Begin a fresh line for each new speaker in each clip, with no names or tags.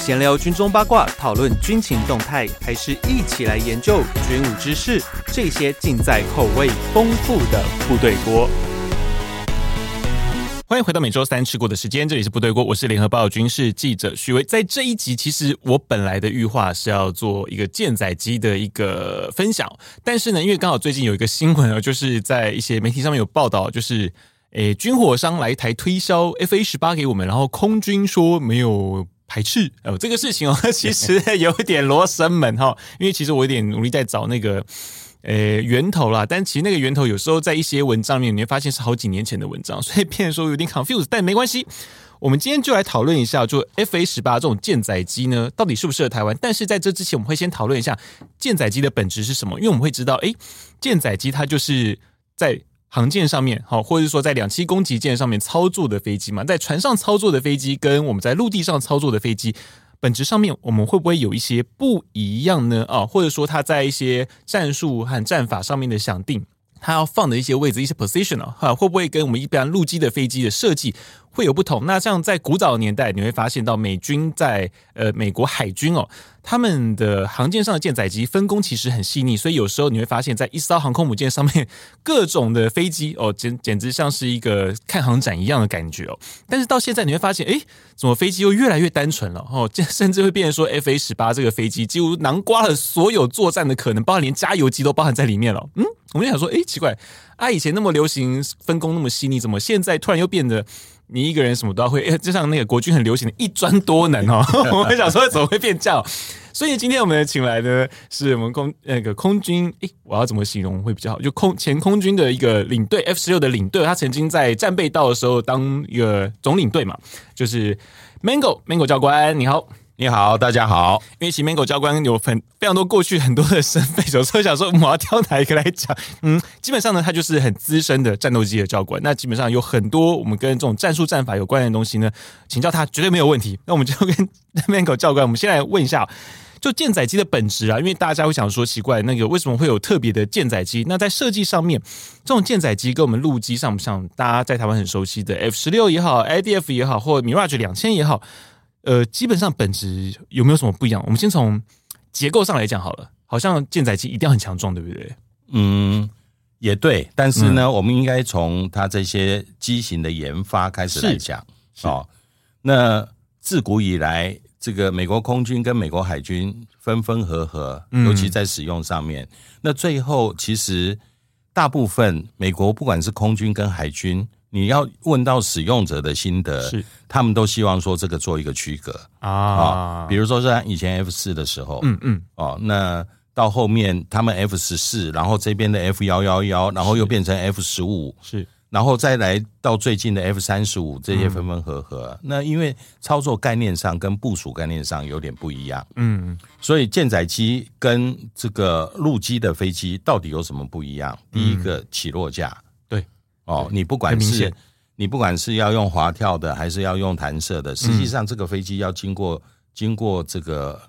闲聊军中八卦，讨论军情动态，还是一起来研究军武知识？这些尽在口味丰富的部队锅。
欢迎回到每周三吃过的时间，这里是部队锅，我是联合报军事记者徐威。在这一集，其实我本来的预划是要做一个舰载机的一个分享，但是呢，因为刚好最近有一个新闻啊，就是在一些媒体上面有报道，就是诶、军火商来台推销 F A 十八给我们，然后空军说没有。排斥哦，这个事情哦， 其实有一点罗生门哈、因为其实我有点努力在找那个呃源头啦，但其实那个源头有时候在一些文章里面，你会发现是好几年前的文章， 所以变成说有点 confused，但没关系。我们今天就来讨论一下，就 F A 十八这种舰载机呢，到底适不适合台湾？但是在这之前，我们会先讨论一下舰载机的本质是什么，因为我们会知道，诶，舰载机它就是在航舰上面，好，或者是说在两栖攻击舰上面操作的飞机嘛，在船上操作的飞机跟我们在陆地上操作的飞机。本质上面，我们会不会有一些不一样呢？啊，或者说它在一些战术和战法上面的想定，它要放的一些位置、一些 position 哦，哈，会不会跟我们一般陆基的飞机的设计会有不同？那像在古早的年代，你会发现到美军在呃美国海军哦，他们的航舰上的舰载机分工其实很细腻，所以有时候你会发现在一艘航空母舰上面，各种的飞机哦，简简直像是一个看航展一样的感觉哦。但是到现在你会发现，诶，怎么飞机又越来越单纯了？哦，这甚至会变成说，F A 十八这个飞机几乎囊括了所有作战的可能，包括连加油机都包含在里面了。嗯，我们就想说，诶，奇怪，啊，以前那么流行分工那么细腻，怎么现在突然又变得？你一个人什么都要会，诶就像那个国军很流行的一专多能哦。 我们想说怎么会变这样？所以今天我们请来的是我们空那个空军，诶，我要怎么形容会比较好？就空前空军的一个领队，F 十六的领队，他曾经在战备道的时候当一个总领队嘛，就是 Mango Mango 教官，你好。
你好，大家好。
因为其实 Mango 教官有很非常多过去很多的身份，有时候想说我要挑哪一个来讲，嗯，基本上呢，他就是很资深的战斗机的教官，那基本上有很多我们跟这种战术战法有关的东西呢，请教他绝对没有问题。那我们就跟 Mango 教官，我们先来问一下。就舰载机的本质啊，因为大家会想说奇怪，那个为什么会有特别的舰载机？那在设计上面，这种舰载机跟我们陆基上不像？大家在台湾很熟悉的 F 十六也好，IDF 也好，或 Mirage 两千也好，呃，基本上本质有没有什么不一样？我们先从结构上来讲好了，好像舰载机一定要很强壮，对不对？
嗯，也对，但是呢，
嗯
我们应该从它这些机型的研发开始来讲哦。那自古以来，这个美国空军跟美国海军分分合合，
嗯
尤其在使用上面，那最后其实大部分美国不管是空军跟海军，你要问到使用者的心得，
是
他们都希望说这个做一个区隔啊、
啊
比如说像以前 F 四的时候，
嗯嗯，
哦，那到后面他们 F 十四，然后这边的 F 幺幺幺，然后又变成 F 十五，
是
然后再来到最近的 F 三十五，
嗯
这些分分合合。那因为操作概念上跟部署概念上有点不一样，
嗯
所以舰载机跟这个陆基的飞机到底有什么不一样？第一个起落架，
嗯对
哦，你不
很
管
明
是
显
你不管是要用滑跳的，还是要用弹射的，实
嗯
际上这个飞机要经过经过这个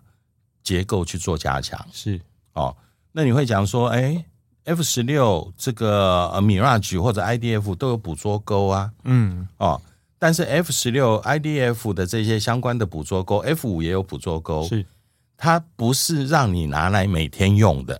结构去做加强。
是
哦，那你会讲说，哎，F 十六这个呃 Mirage 或者 IDF 都有捕捉钩啊，
嗯
哦，但是 F 十六 IDF 的这些相关的捕捉钩，F 五也有捕捉钩，
是
它不是让你拿来每天用 的，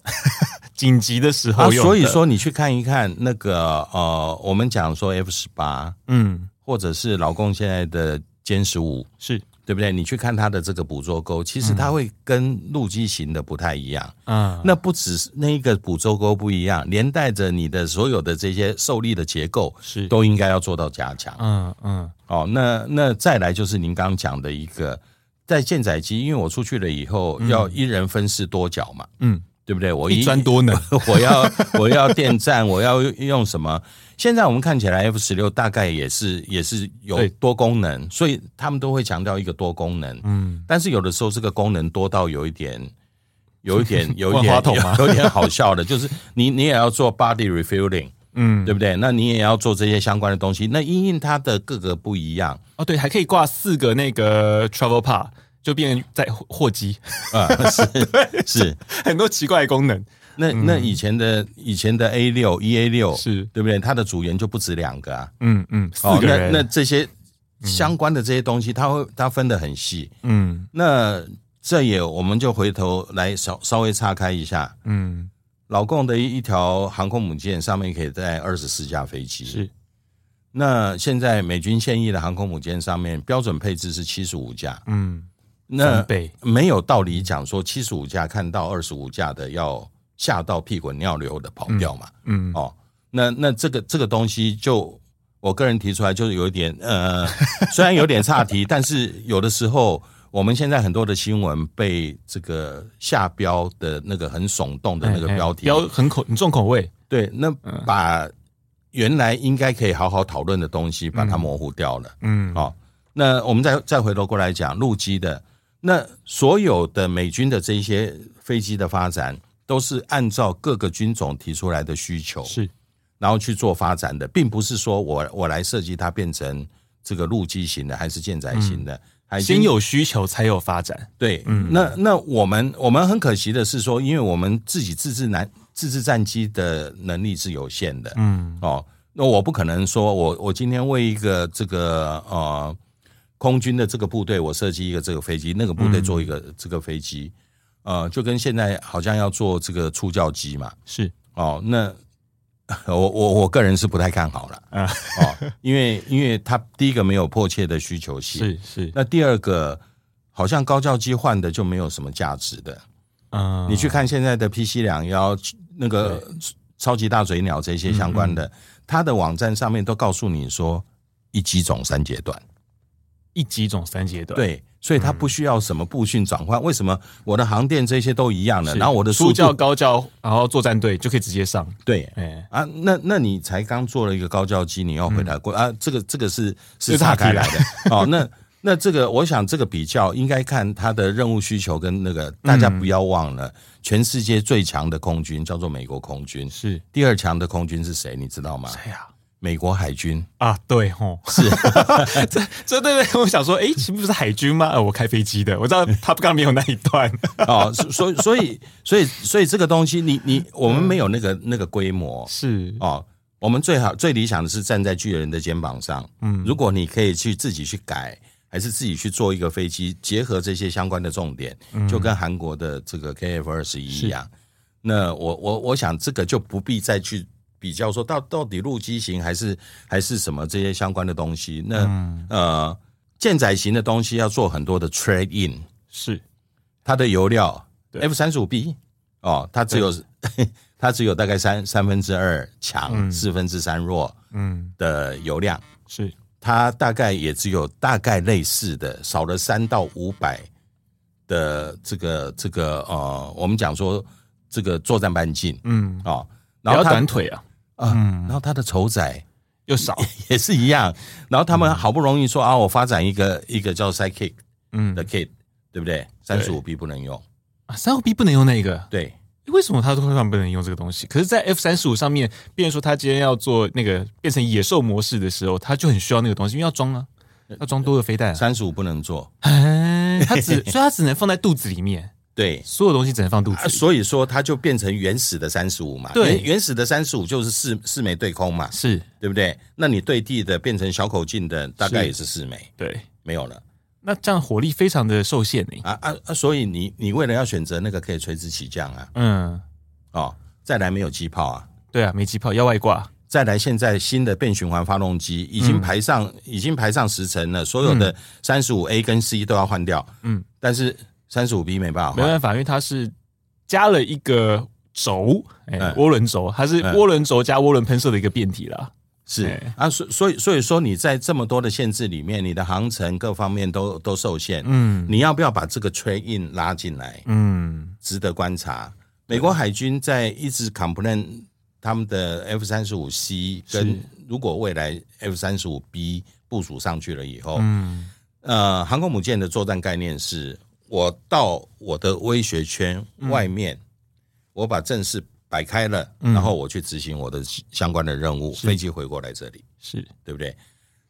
紧急的时
啊
候用的、
所以说你去看一看那个呃，我们讲说 F 十八
嗯
或者是老共现在的歼十五。
是
对不对？你去看它的这个捕捉钩，其实它
嗯
会跟陆基型的不太一样。
啊
那不只是那一个捕捉钩不一样，连带着你的所有的这些受力的结构
是
都应该要做到加强。
嗯嗯
哦，那那再来就是您刚刚讲的一个，在舰载机，因为我出去了以后、要一人分饰多角嘛，
嗯，
对不对？我
一专多能，
我要我要电站，我要用什么？现在我们看起来 F 十六大概也是也是有
对
多功能，所以他们都会强调一个多功能。
嗯，
但是有的时候这个功能多到有一点。 有一点，有一
万花
点
筒吗
有有点好笑的，就是 你你也要做 body refueling，
嗯
对不对？那你也要做这些相关的东西。那因应它的各个不一 样，
哦，对，还可以挂四个那个 travel part，就变成在货货机，
啊、是是。
很多奇怪的功能。
那那以前的以前的 A 六 E A 六
嗯是
对不对？它的组员就不止两个啊，
嗯嗯，四
哦，
个人，
那那这些相关的这些东西，它会它分得很细。
嗯
那这也我们就回头来稍稍微岔开一下，
嗯，
老共的一一条航空母舰上面可以载二十四架飞机，
是
那现在美军现役的航空母舰上面标准配置是七十五架，
嗯
那
三倍
没有道理讲说七十五架看到二十五架的要吓到屁滚尿流的跑掉嘛？
嗯
哦，那那这个这个东西就我个人提出来就是有一点 呃，虽然有点岔题，但是有的时候我们现在很多的新闻被这个下标的那个很耸动的那个
哎哎
标题，
标很口很重口味，
对，那
嗯
把原来应该可以好好讨论的东西把它模糊掉了。
嗯
好、那我们再再回头过来讲陆基的，那所有的美军的这些飞机的发展，都是按照各个军种提出来的需求，
是
然后去做发展的，并不是说我我来设计它变成这个陆基型的还是舰载型的，还
嗯先有嗯需求才有发展，
对，那那我们我们很可惜的是说，因为我们自己自制难自制战机的能力是有限的，
嗯
哦，那我不可能说我我今天为一个这个呃空军的这个部队，我设计一个这个飞机，那个部队做一个
嗯
这个飞机，呃，就跟现在好像要做这个出教机嘛，
是
哦，那 我我我个人是不太看好了，
啊
哦，因为因为它第一个没有迫切的需求性，
是是，
那第二个，好像高教机换的就没有什么价值的。
嗯
你去看现在的 PC 两幺那个超级大嘴鸟这些相关
嗯
的，它的网站上面都告诉你说一机种三阶段，
一机种三阶段，，
对，所以它不需要什么步训转换。为什么我的航电这些都一样了，然后我的
初
速
教、
度
高教，然后作战队就可以直接上，
对
哎，
啊，那那你才刚做了一个高教机，你要回来过、啊？这个这个是是
是岔
岔开
开
来的 哦。那那这个，我想这个比较应该看他的任务需求跟那个，大家不要忘
嗯
了，全世界最强的空军叫做美国空军，
是
第二强的空军是谁？你知道吗？
谁哎呀？
美国海军。
啊，对吼， 是，这这对对，我想说，哎，岂不是海军吗？呃，我开飞机的，我知道他刚刚没有那一段，
哦，所所以所以所以所以这个东西你，你我们没有那个那个规模
是
哦。我们最好最理想的是站在巨人的肩膀上。嗯，如果你可以去自己去改，还是自己去做一个飞机，结合这些相关的重点，就跟韩国的这个 KF 二十一一样。那我我我想这个就不必再去比较说到到底陆基型还是还是什么这些相关的东西。那、呃，舰载型的东西要做很多的 trade in。
是，
它的油料
对
F 三十五 B 哦，它只有 它只有大概三三分之二强，四分之三弱
嗯，
的油量，
是
它大概也只有大概类似的，少了三到五百的这个这个呃，我们讲说这个作战半径
嗯，
哦，
比
然后
较
它
短腿啊，
啊，然后它的筹载。
又少，
也是一样。然后他们好不容易说啊，我发展一个一个叫 Sidekick
嗯
的 kit，、对不对？三十五 B 不能用，
啊，三五 B 不能用那个，
对，
为什么他突然不能用这个东西？可是，在 F 三十五上面，变成说他今天要做那个变成野兽模式的时候，他就很需要那个东西，因为要装啊，要装多个飞弹啊。
三十五不能做，
哎，他只 所以他只能放在肚子里面，
对。
所有东西只能放肚子
啊，
里。
所以说它就变成原始的三十五嘛，
对
原原始的三十五就是四四枚对空嘛，
是，
对不对？那你对地的变成小口径的，大概
是
也是四枚，
对。
没有了
那这样火力非常的受限呢。
啊啊啊！所以你你为了要选择那个可以垂直起降啊，
嗯，
哦，再来没有机炮啊，
对啊，没机炮要外挂，
再来，现在新的变循环发动机已
嗯
经排上、已经排上十层了，所有的三十五 A 跟 C 都要换掉。
嗯，
但是三十五 B 没办法
没
换。
办法，因为它是加了一个轴，哎、
嗯
涡轮轴，它是
嗯
涡轮轴加涡轮喷射的一个变体啦。
是
哎
啊，所所以所以说你在这么多的限制里面，你的航程各方面都都受限。
嗯
你要不要把这个 trade in 拉进来？
嗯，
值得观察。美国海军在一直 complain 他们的 F 三十五 C 跟如果未来 F 三十五 B 部署上去了以后，
嗯，
呃，航空母舰的作战概念是：我到我的威胁圈外面，我把阵势摆开了，然后我去执行我的相关的任务，飞机回过来这里，
是
对不对？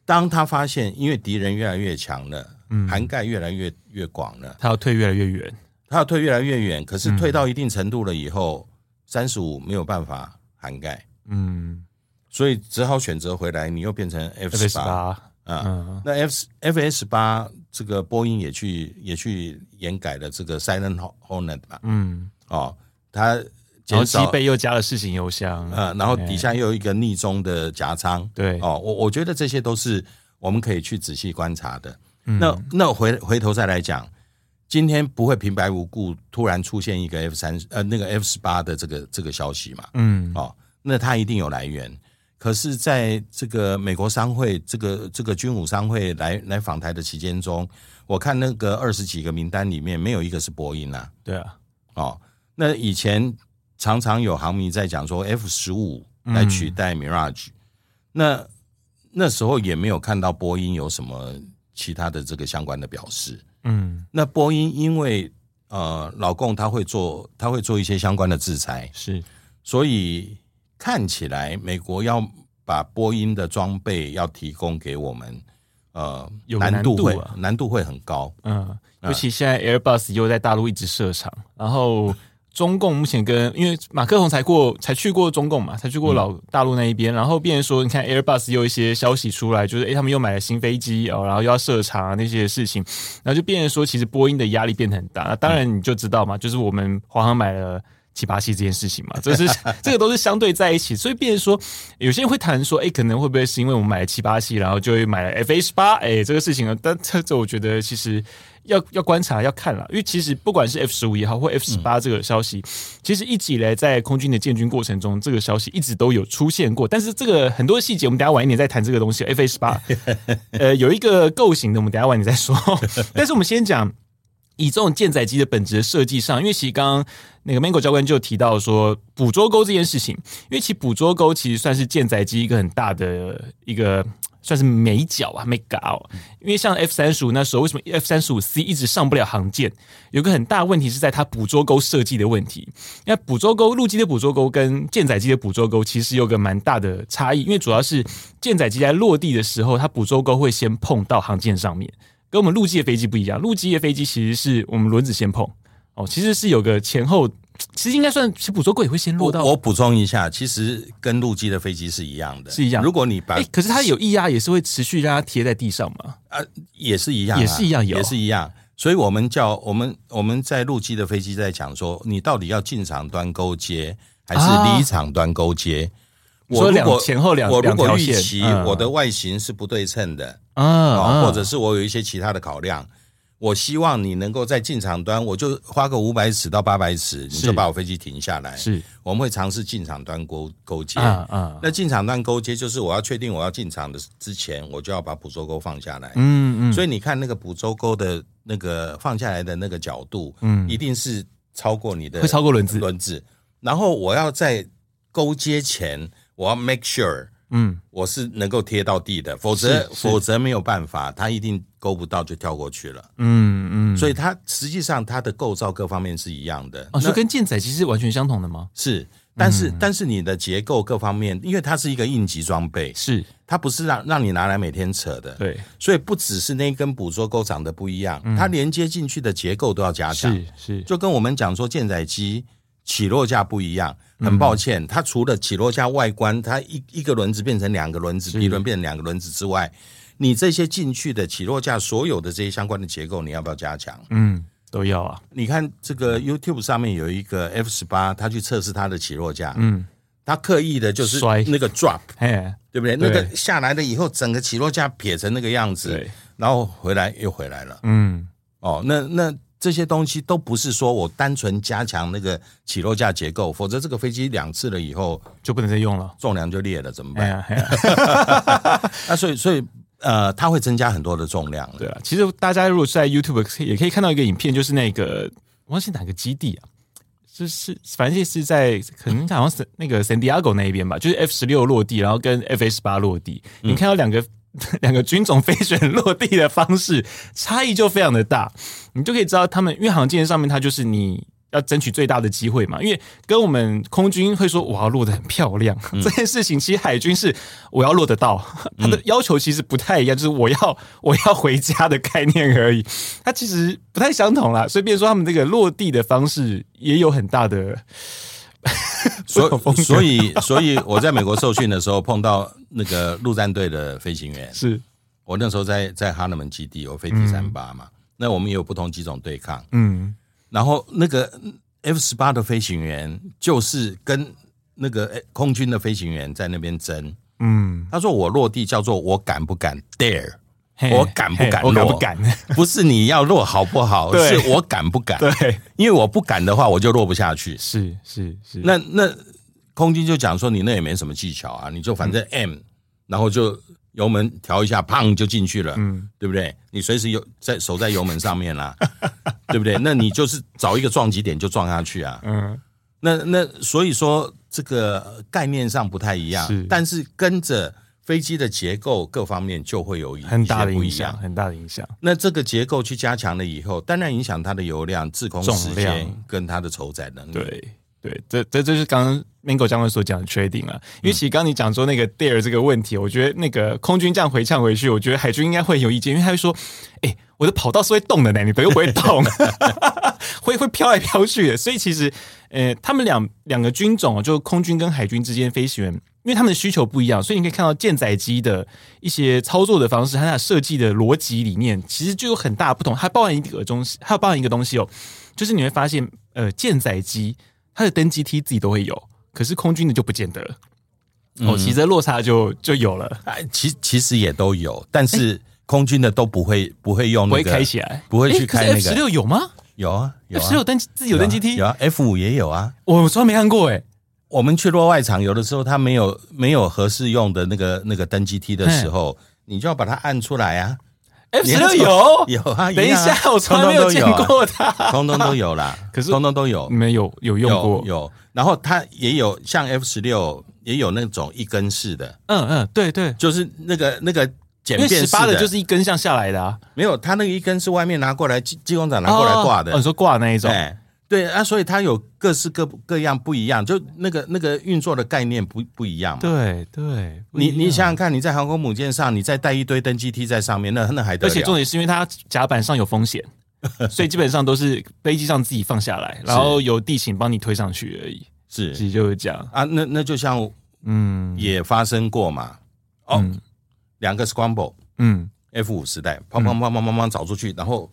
当他发现，因为敌人越来越强了，涵盖越来越越广了，
它要退越来越远，
他要退越来越远，可
嗯
是退到一定程度了以后，三十五没有办法涵盖，
嗯
所以只好选择回来，你又变成 F
，F
十
十
八
八，
啊。那 F F S 八这个波音也去也去研改了这个 Silent Hornet 嘛，
嗯，
哦，它
然后
减
机
少
背哎又加了事情邮箱，
呃，然后底下又有一个逆中的夹仓，
对
哦，我我觉得这些都是我们可以去仔细观察的。
嗯
那那回回头再来讲，今天不会平白无故突然出现一个 F 三呃那个 F 十八的这个这个消息嘛？
嗯，
哦，那它一定有来源。可是，在这个美国商会这个这个军武商会来来访台的期间中，我看那个二十几个名单里面，没有一个是波音啊。
对啊，
哦，那以前常常有航迷在讲说 F 十五
嗯
来取代 Mirage，、那那时候也没有看到波音有什么其他的这个相关的表示。
嗯，
那波音因为呃老共他会做他会做一些相关的制裁，
是，
所以看起来美国要把波音的装备要提供给我们，呃，
有个难
度
度
会
啊
难度会很高。
嗯，尤其现在 Airbus 又在大陆一直设厂，然 后中共目前跟因为马克宏才过才去过中共嘛，才去
嗯
过老大陆那一边，然后变成说你看 Airbus 又有一些消息出来，就是诶、他们又买了新飞机哦，然后又要设厂啊那些事情，然后就变成说其实波音的压力变得很大。那当然你就知道嘛，就是我们华航买了。七八七这件事情嘛，这是 这个都是相对在一起，所以变成说，有些人会谈说，哎、可能会不会是因为我们买了七八七，然后就会买了 F H 八，哎，这个事情呢，但这这我觉得其实要要观察要看了，因为其实不管是 F 十五也好，或 F 十八这个消息，其实一直以来在空军的建军过程中，这个消息一直都有出现过，但是这个很多细节，我们等一下晚一点再谈这个东西。F H 八，呃，有一个构型的，我们等一下晚一点再说， 但是我们先讲。以这种舰载机的本质的设计上，因为其实刚刚那个 Mango 教官就提到说捕捉钩这件事情，因为其实捕捉钩其实算是舰载机一个很大的一个算是美角啊美嘎哦，因为像 F 三十五那时候为什么 F 三十五 C 一直上不了航舰，有个很大的问题是在它捕捉钩设计的问题。那捕捉钩陆基的捕捉钩跟舰载机的捕捉钩其实有个蛮大的差异，因为主要是舰载机在落地的时候，它捕捉钩会先碰到航舰上面。跟我们陆基的飞机不一样，陆基的飞机其实是我们轮子先碰哦，其实是有个前后，其实应该算其实捕捉柜也会先落
我
到，
我补充一下，其实跟陆基的飞机是一样的，
是一样
如果你把、
哎、可是它有液压也是会持续让它贴在地上嘛，
也是一样啊、
也是一样有
也是一样。所以我们叫我们我们在陆基的飞机在讲说，你到底要进场端勾接还
啊
是离场端勾接？
说
我如
两
果
前后两
我如
两条
果预
线
期
嗯
我的外形是不对称的，
啊，
啊，
啊
或者是我有一些其他的考量，我希望你能够在进场端，我就花个五百尺到八百尺，你
是
就把我飞机停下来。
是
我们会尝试进场端勾勾接。
啊啊，
那进场端勾接就是我要确定我要进场的之前，我就要把捕捉钩放下来。
嗯嗯，
所以你看那个捕捉钩的那个放下来的那个角度，
嗯
一定是超过你的
会超过轮子
轮子。然后我要在勾接前，我要 make sure
嗯
我是能够贴到地的，否则
是是
否则没有办法，它一定勾不到就跳过去了。
嗯嗯，
所以它实际上它的构造各方面是一样的，
哦，
那
说跟嗯舰载机是完全相同的吗？
是，但是、但是你的结构各方面，因为它是一个应急装备，
是
它不是让让你拿来每天扯的，
对，嗯
所以不只是那根捕捉钩长得不一样，它连接进去的结构都要加强。
是是，
就跟我们讲说舰载机起落架不一样，
嗯
很抱歉，它除了起落架外观，它一一个轮子变成两个轮子，一轮变成两个轮子之外，你这些进去的起落架所有的这些相关的结构，你要不要加强？
嗯，都要啊，
你看这个 YouTube 上面有一个 F 十八，他去测试它的起落架，嗯，他刻意的就是
摔
那个 drop，
嘿，
对不对？
对
那个下来了以后，整个起落架撇成那个样子
对，，
然后回来又回来了。
嗯
哦，那那这些东西都不是说我单纯加强那个起落架结构，否则这个飞机两次了以后
就不能再用了，
重量就裂了，怎么
哎
办？
呀哎呀。
那所以所以呃，它会增加很多的重量了。
对啊，其实大家如果是在 YouTube 可以也可以看到一个影片，就是那个我忘记哪个基地啊，就是反正是在可能好像是那个 San Diego 那一边吧，就是 F 十六落地，然后跟 F 十八落地，你看到两个。 两个军种飞选落地的方式差异就非常的大，你就可以知道他们，因为航舰上面它就是你要争取最大的机会嘛。因为跟我们空军会说我要落得很漂亮、
嗯
这件事情，其实海军是我要落得到，它的要求其实不太一样，就是我要 我要回家的概念而已，它其实不太相同啦。所以，变成说他们这个落地的方式也有很大的
所
有风格
以所以所以我在美国受训的时候碰到那个陆战队的飞行员，
是
我那时候在在哈德门基地，我飞 T 三八嘛，那我们也有不同几种对抗。
嗯，
然后那个 F 十八的飞行员就是跟那个诶空军的飞行员在那边争。
嗯，
他说我落地叫做我敢不敢 dare，
嘿
我敢不敢
嘿我敢
落
不敢？
不是你要落好不好，
对
是我敢不敢。
对，
因为我不敢的话，我就落不下去。
是是是，
那那空军就讲说，你那也没什么技巧啊，你就反正
嗯
M，、然后就油门调一下，砰就进去了，
嗯
对不对？你随时有在手在油门上面啦， 对不对？那你就是找一个撞击点就撞下去啊。
嗯
那那所以说这个概念上不太一样，
是
但是跟着飞机的结构各方面就会有一
很大的
一些不
影
一
响，
样。
很大的影响。
那这个结构去加强了以后，当然影响它的油量、滞空
重
时
量
间跟它的筹载能力。
对对，这这就是刚刚 Mingo 将军所讲的 trading 啊。因为其实刚刚你讲说那个 dare 这个问题，我觉得那个空军这样回呛回去，我觉得海军应该会有意见，因为他会说：“哎、我的跑道是会动的呢，你的又不会动， 会 会飘来飘去的。”所以其实，呃，他们两两个军种，就空军跟海军之间飞行员。因为他们的需求不一样，所以你可以看到舰载机的一些操作的方式，它的设计的逻辑里面，其实就有很大的不同。它包含一个东西，它包含一个东西哦，就是你会发现，呃，舰载机它的登机梯自己都会有，可是空军的就不见得了。哦，其实这落差就就有了，
哎，其其实也都有，但是空军的都不会不会用
不会
那个，
哎开起来，哎
不会去开那
十
个。
六有吗
有啊，有
？F 十六
啊，
登机自己有登机梯
有，啊，F 五也有啊。
我从来没看过哎。
我们去落外场，有的时候它没有没有合适用的那个那个登机梯的时候，你就要把它按出来啊。
F
你
十
要
六
走
有，
有啊，
等一
样啊
下，我从来没有见，过 它。
通通都有啊通通都有啦。
可是
通通都有
你，们有有用过
有？有。然后它也有像 F 十六也有那种一根式的，
嗯嗯，对对，
就是那个那个简
因为
便
十
式
八的就是一根像下来的啊，
没有，它那个一根是外面拿过来技技工厂拿过来挂的。
哦哦你说挂那一种，
哎，对啊，所以它有各式各各样不一样，就那个那个运作的概念不不一样嘛。
对对，不
你
一
你
样
想想看，你在航空母舰上，你再带一堆登机梯在上面，那那还得
而
了？
且重点是因为它甲板上有风 险，所以基本上都是飞机上自己放下来，然后由地形帮你推上去而已。
是
其实就是这样，
啊，那那就像
嗯
也发生过嘛。哦，
嗯
两个 scramble
嗯，
F 五时代，砰砰砰砰砰砰找出去，然后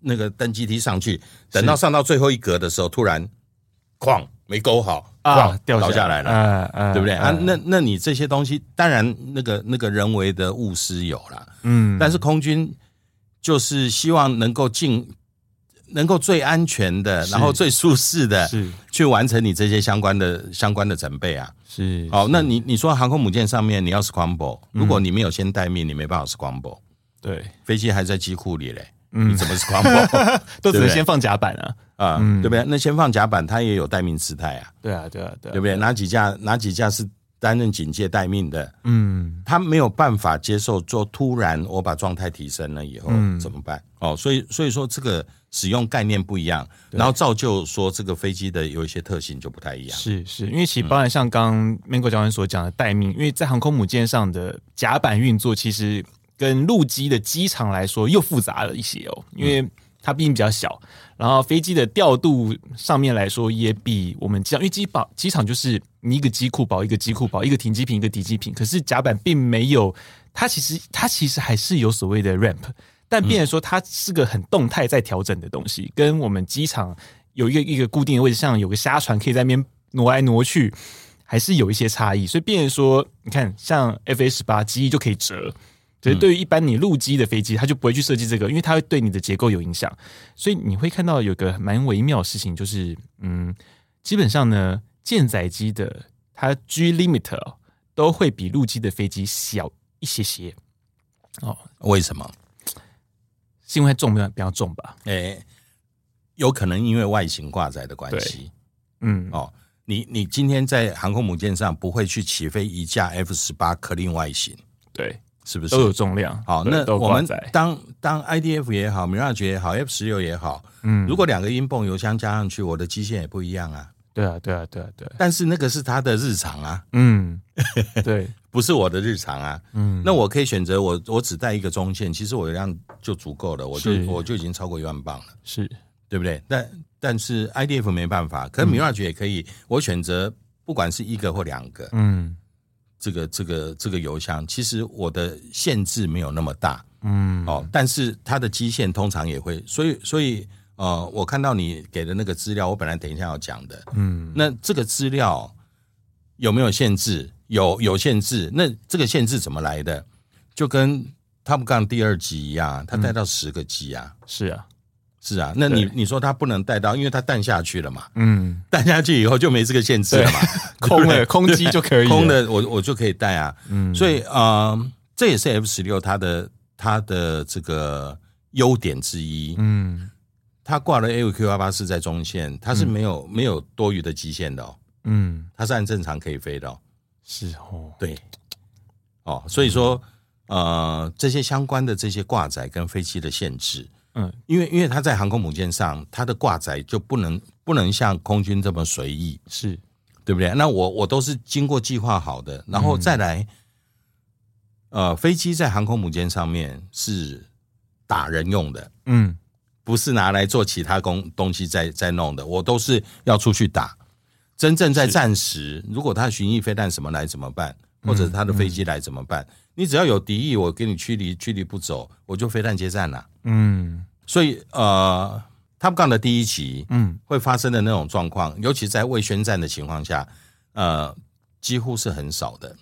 那个登机梯上去，等到上到最后一格的时候，突然哐没勾好，
啊
哐，
掉
倒下来了。
啊啊，
对不对啊？
嗯
那那你这些东西，当然那个那个人为的误失有啦，
嗯，
但是空军就是希望能够尽能够最安全的，
是
然后最舒适的
是
去完成你这些相关的相关的准备啊。
是嗯
好，那你你说航空母舰上面你要 scramble，如果你没有先待命，你没办法 scramble，
对，
飞机还在机库里嘞，
嗯
你怎么 scramble
都只
对
能
不对
先放甲板啊。
啊？
嗯
对不对？那先放甲板，它也有待命姿态啊，
对啊，对啊，对啊，
对不对？哪几架哪几架是担任警戒待命的？
嗯，
他没有办法接受，做突然我把状态提升了以后、
嗯
怎么办？哦，所以所以说这个使用概念不一样，然后造就说这个飞机的有一些特性就不太一样。
是是，因为其实包含像刚 Mango 教官所讲的待命，因为在航空母舰上的甲板运作，其实跟陆基的机场来说又复杂了一些哦，因为它毕竟比较小，然后飞机的调度上面来说也比我们机场，因为机保机场就是你一个机库保一个机库保一个停机坪一个抵机坪，可是甲板并没有，它其实它其实还是有所谓的 ramp。但变成说，它是个很动态在调整的东西，跟我们机场有一个一个固定的位置，像有个虾船可以在那边挪来挪去，还是有一些差异。所以变成说，你看像 F A 十八机翼就可以折，就是对于一般你陆基的飞机，它就不会去设计这个，因为它会对你的结构有影响。所以你会看到有个蛮微妙的事情，就是嗯，基本上呢，舰载机的它 G limit 哦都会比陆基的飞机小一些些，
为什么？
是因为它重量比较重吧？
诶，有可能因为外形挂载的关系
嗯，
哦。你你今天在航空母舰上不会去起飞一架 F 十八克林外形，
对，
是不是？
都有重量。
好，
对
那
都有
我
挂
们
载
当当 IDF 也好，Mirage 也好，F 十六也好，
嗯，
如果两个音泵油箱加上去，我的机械也不一样啊。
对啊，对啊，对啊，对啊，
但是那个是他的日常啊，
嗯， 对，
不是我的日常啊。
嗯，
那我可以选择我我只带一个中线，其实我的量就足够了，我就是我就已经超过一万磅了，
是
对不对？但但是
嗯
IDF 没办法，可是 Mirage 也可以，我选择不管是一个或两个，
嗯，
这个这个这个油箱，其实我的限制没有那么大，嗯，哦，但是它的基线通常也会，所以所以呃，我看到你给的那个资料，我本来等一下要讲的，嗯，那这个资料有没有限制？有有限制，那这个限制怎么来的？就跟《Top Gun》第二集一样，他带到十个 G 啊，
是啊，
是啊，那你
嗯对
你说他不能带到，因为他弹下去了嘛，
嗯，
弹下去以后就没这个限制了嘛，
空
对
了
不对
空机就可以了
空的我我就可以带啊，嗯，所以呃，这也是 F 十六它的它的这个优点之一，
嗯
它挂了 A 五 Q 八八四在中线，它是没有、没有多余的极限的哦，
嗯，
它是按正常可以飞的、哦，
是哦，
对，哦，所以说呃，这些相关的这些挂载跟飞机的限制，
嗯，
因为因为它在航空母舰上，它的挂载就不能不能像空军这么随意，
是
对不对？那我我都是经过计划好的，然后再来，呃，飞机在航空母舰上面是打人用的，
嗯
不是拿来做其他工东西在在弄的，我都是要出去打。真正在战时，如果他巡弋飞弹什么来怎么办，或者他的飞机来怎么办？你只要有敌意，我给你驱离，驱离不走，我就飞弹接战了。
嗯
所以呃，Top Gun 的第一集，
嗯
会发生的那种状况，尤其在未宣战的情况下，呃，几乎是很少的，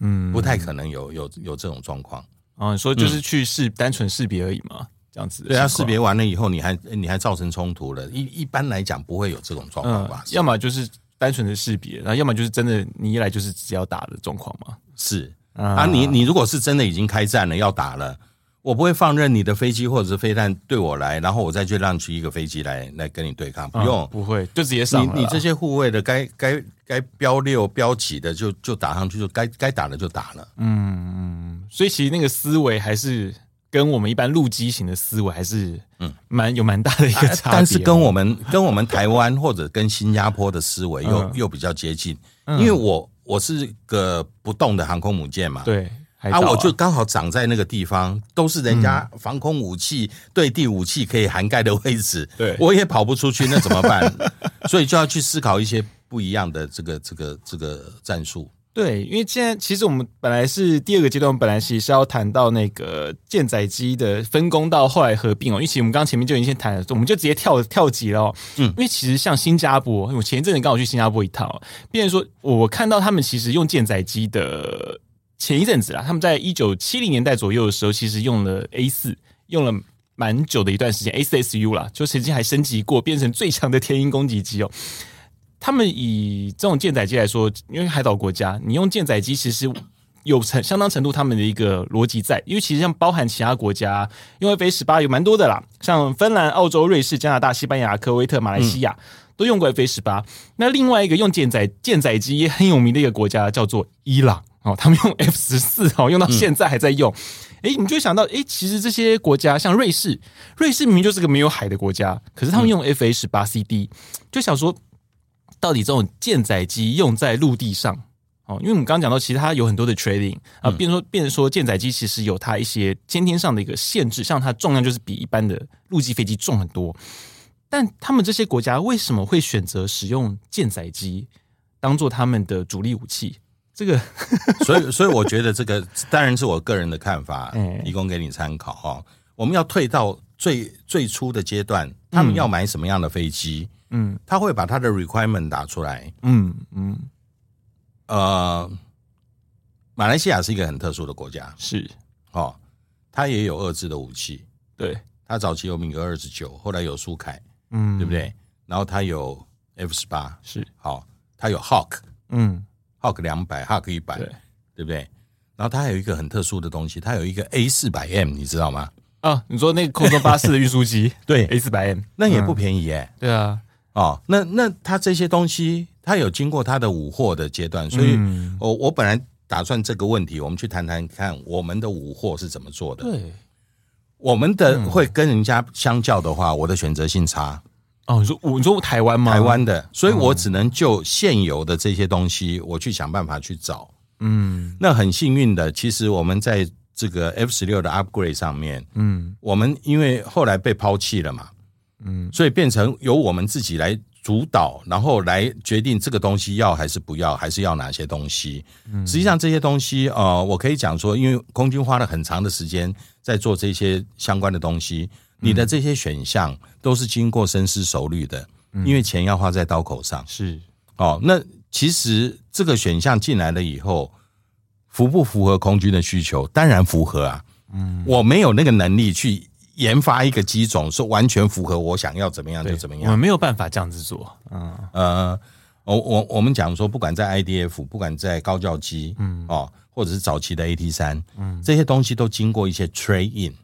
嗯，
不太可能有有有这种状况。
哦，你说就是去识单纯识别而已嘛，这样子的
嗯对
情
啊，识
况
别完了以后，你还你还造成冲突了，一一般来讲不会有这种状况
嗯
吧？，
要么就是单纯的识别，然后要么就是真的你一来就是只要打的状况嘛，
是
啊
啊，你你如果是真的已经开战了，要打了。我不会放任你的飞机或者是飞弹对我来，然后我再去让出一个飞机来来跟你对抗，不用
嗯。不会就直接上了啦
你你这些护卫的该该该标六标几的就就打上去，就该该打的就打 了。
所以其实那个思维还是跟我们一般陆基型的思维还是嗯蛮有蛮大的一个差别、
啊但是跟我们跟我们台湾或者跟新加坡的思维又、
嗯
又比较接近，因为我我是个不动的航空母舰嘛，
对海
啊，
岛
我就刚好长在那个地方，都是人家
嗯
防空武器、对地武器可以涵盖的位置，
对
我也跑不出去，那怎么办？ 所以就要去思考一些不一样的这个这个这个战术。
对，因为现在其实我们本来是第二个阶段，我们本来其实是要谈到那个舰载机的分工到后来合并哦，因为其实我们刚刚前面就已经先谈了，我们就直接跳跳级了、哦。嗯，因为其实像新加坡，我前一阵子刚好去新加坡一趟、哦，变成说我看到他们其实用舰载机的前一阵子啦，他们在一九七零年代左右的时候，其实用了 A 四，用了。蛮久的一段时间，A 四 SU 啦，就曾经还升级过，变成最强的天鹰攻击机哦。他们以这种舰载机来说，因为海岛国家，你用舰载机其实有成相当程度他们的一个逻辑在，因为其实像包含其他国家，因为 F 十八有蛮多的啦，像芬兰、澳洲、瑞士、加拿大、西班牙、科威特、马来西亚、都用过 F 十八。那另外一个用舰载舰载机也很有名的一个国家叫做伊朗哦，他们用 F 十四哦，用到现在还在用。诶，你就会想到，诶，其实这些国家像瑞士，瑞士明明就是个没有海的国家，可是他们用 F A 十八 C D，就想说，到底这种舰载机用在陆地上哦，因为我们刚刚讲到，其实它有很多的 trading
嗯
啊，变成说变成说舰载机其实有它一些先天上的一个限制，像它重量就是比一般的陆基飞机重很多。但他们这些国家为什么会选择使用舰载机当做他们的主力武器？这个
所以，所以我觉得这个当然是我个人的看法
嗯，
提供给你参考哈、哦。我们要退到最最初的阶段，他们要买什么样的飞机，
嗯
他会把他的 requirement 打出来。
嗯嗯，
呃，马来西亚是一个很特殊的国家
是
哦，它也有二制的武器，
对，
它早期有米格二十九，后来有苏凯，
嗯，
对不？对？然后它有 F 十八，
是，
好，它有 Hawk，
嗯，
Hawk 两百，Hawk 一百，
对
对不对？然后它还有一个很特殊的东西，它有一个 A 四百 M，你知道吗？
啊，你说那个空中巴士的运输机
对，
A 四百 M，
那也不便宜耶、
对啊，
哦，那那它这些东西，它有经过它的五货的阶段，所以我、
嗯
我本来打算这个问题，我们去谈谈看我们的五货是怎么做的。
对，
我们的会跟人家相较的话，我的选择性差，
哦，你说我你说台湾吗？嗯
台，湾的，所以我只能就现有的这些东西，我去想办法去找。
嗯
那很幸运的，其实我们在这个 F 十六的 upgrade 上面，
嗯
我们因为后来被抛弃了嘛，嗯，所以变成由我们自己来主主导，然后来决定这个东西要还是不要，还是要哪些东西。
嗯
实际上这些东西，呃，我可以讲说，因为空军花了很长的时间在做这些相关的东西，你的这些选项都是经过深思熟虑的，因为钱要花在刀口上。
是
哦，那其实这个选项进来了以后，符不符合空军的需求？当然符合啊。嗯，我没有那个能力去研发一个机种，说完全符合我想要怎么样就
对，
怎么
我
样
们。没有办法这样子做，嗯，
呃，我我我们讲说，不管在 IDF，不管在高教机，嗯，哦，或者是早期的 AT 三，嗯，这些东西都经过一些 train in。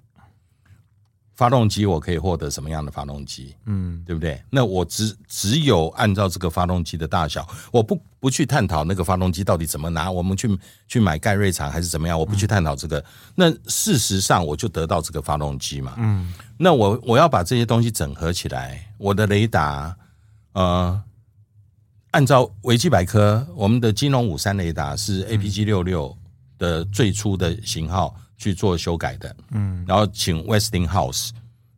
发动机我可以获得什么样的发动机？嗯，对不对？那我只只有按照这个发动机的大小，我不不去探讨那个发动机到底怎么拿，我们去去买盖瑞厂还是怎么样，我不去探讨这个。那事实上我就得到这个发动机嘛。嗯，那我我要把这些东西整合起来，我的雷达，呃，按照维基百科，我们的金龙五三雷达是 APG 六六的最初的型号去做修改的，嗯，然后请 Westinghouse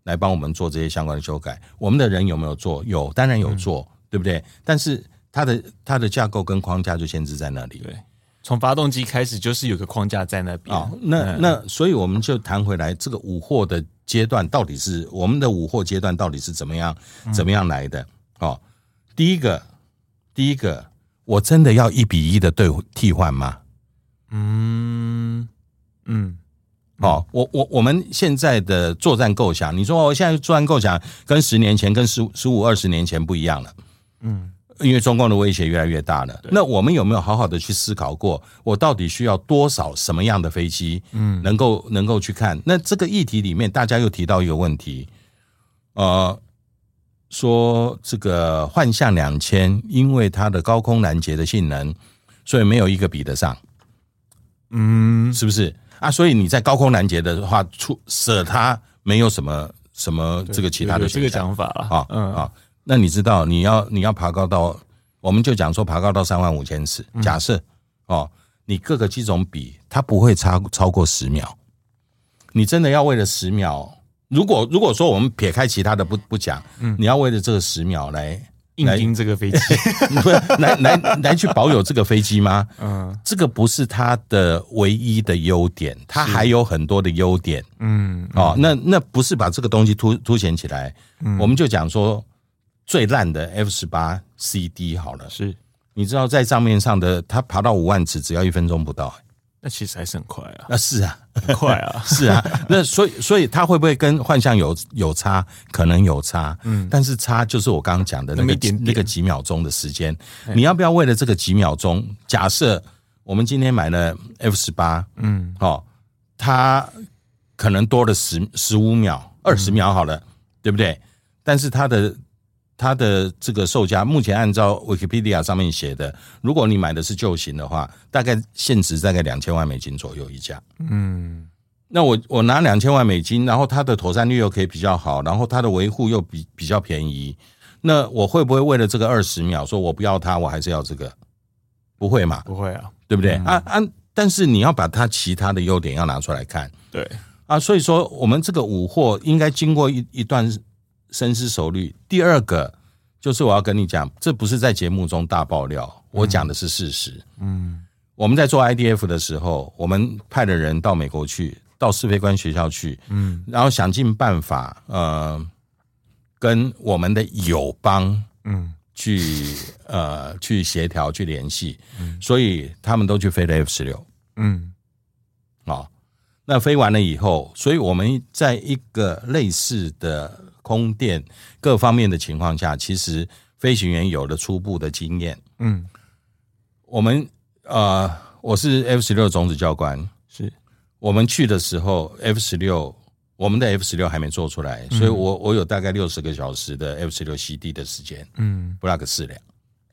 来帮我们做这些相关的修改。我们的人有没有做？有，当然有做，对不对？但是它的它的架构跟框架就限制在那里。
对，从发动机开始就是有个框架在那边，
啊、那那所以我们就谈回来，这个五货的阶段到底是我们的五货阶段到底是怎么样怎么样来的？哦，第一个，第一个，我真的要一比一的对替换吗？
嗯嗯，
哦，我我我们现在的作战构想，你说我哦现在作战构想跟十年前、跟十十五、二十年前不一样了，嗯，因为中共的威胁越来越大了。那我们有没有好好的去思考过，我到底需要多少什么样的飞机，嗯，能够能够去看？那这个议题里面，大家又提到一个问题，呃，说这个幻象两千，因为它的高空拦截的性能，所以没有一个比得上。
嗯，
是不是啊？所以你在高空拦截的话，出舍它没有什么什么这个其他
有
的
有这个
选项
讲法了，
啊
嗯，
啊。那你知道你要你要爬高到，我们就讲说爬高到三万五千尺，
嗯
假设哦，你各个机种比它不会差超过十秒。你真的要为了十秒，如果如果说我们撇开其他的不不讲，
嗯
你要为了这个十秒来
硬盯这个飞机，
不是 来来来去保有这个飞机吗？
嗯
这个不是它的唯一的优点，它还有很多的优点
嗯，
哦。那那不是把这个东西凸凸显起来，我们就讲说最烂的 F 十八 CD 好了。
是，
你知道在账面上的，它爬到五万尺只要一分钟不到，
那其实还是很快啊，
啊是啊
很快啊，
是啊。那所以所以它会不会跟幻象有有差？可能有差，嗯，但是差就是我刚刚讲的那
那么
个
一点点
那个几秒钟的时间，你要不要为了这个几秒钟？假设我们今天买了 F 十八，
嗯，
哦，它可能多了十十五秒、二十秒好了，
嗯
对不对？但是它的它的这个售价，目前按照 Wikipedia 上面写的，如果你买的是旧型的话，大概现值大概两千万美金左右一架。
嗯，
那我我拿两千万美金，然后它的妥善率又可以比较好，然后它的维护又比比较便宜，那我会不会为了这个二十秒，说我不要它，我还是要这个？不会嘛，
不会啊，
对不对？啊啊！但是你要把它其他的优点要拿出来看
对，
啊，所以说我们这个五货应该经过一一段深思熟虑。第二个就是我要跟你讲，这不是在节目中大爆料，我讲的是事实。
嗯
我们在做 IDF 的时候，我们派了人到美国去，到试飞官学校去，
嗯
然后想尽办法，呃，跟我们的友邦
嗯，
去呃去协调去联系，所以他们都去飞了 F 十六
嗯，
啊。那飞完了以后，所以我们在一个类似的空电各方面的情况下，其实飞行员有了初步的经验。
嗯，
我们呃，我是 F 十六种子教官，
是，
我们去的时候，F 十六，我们的 F 十六还没做出来，所以我我有大概六十个小时的 F 十六 CD 的时间
嗯
，Block 四两，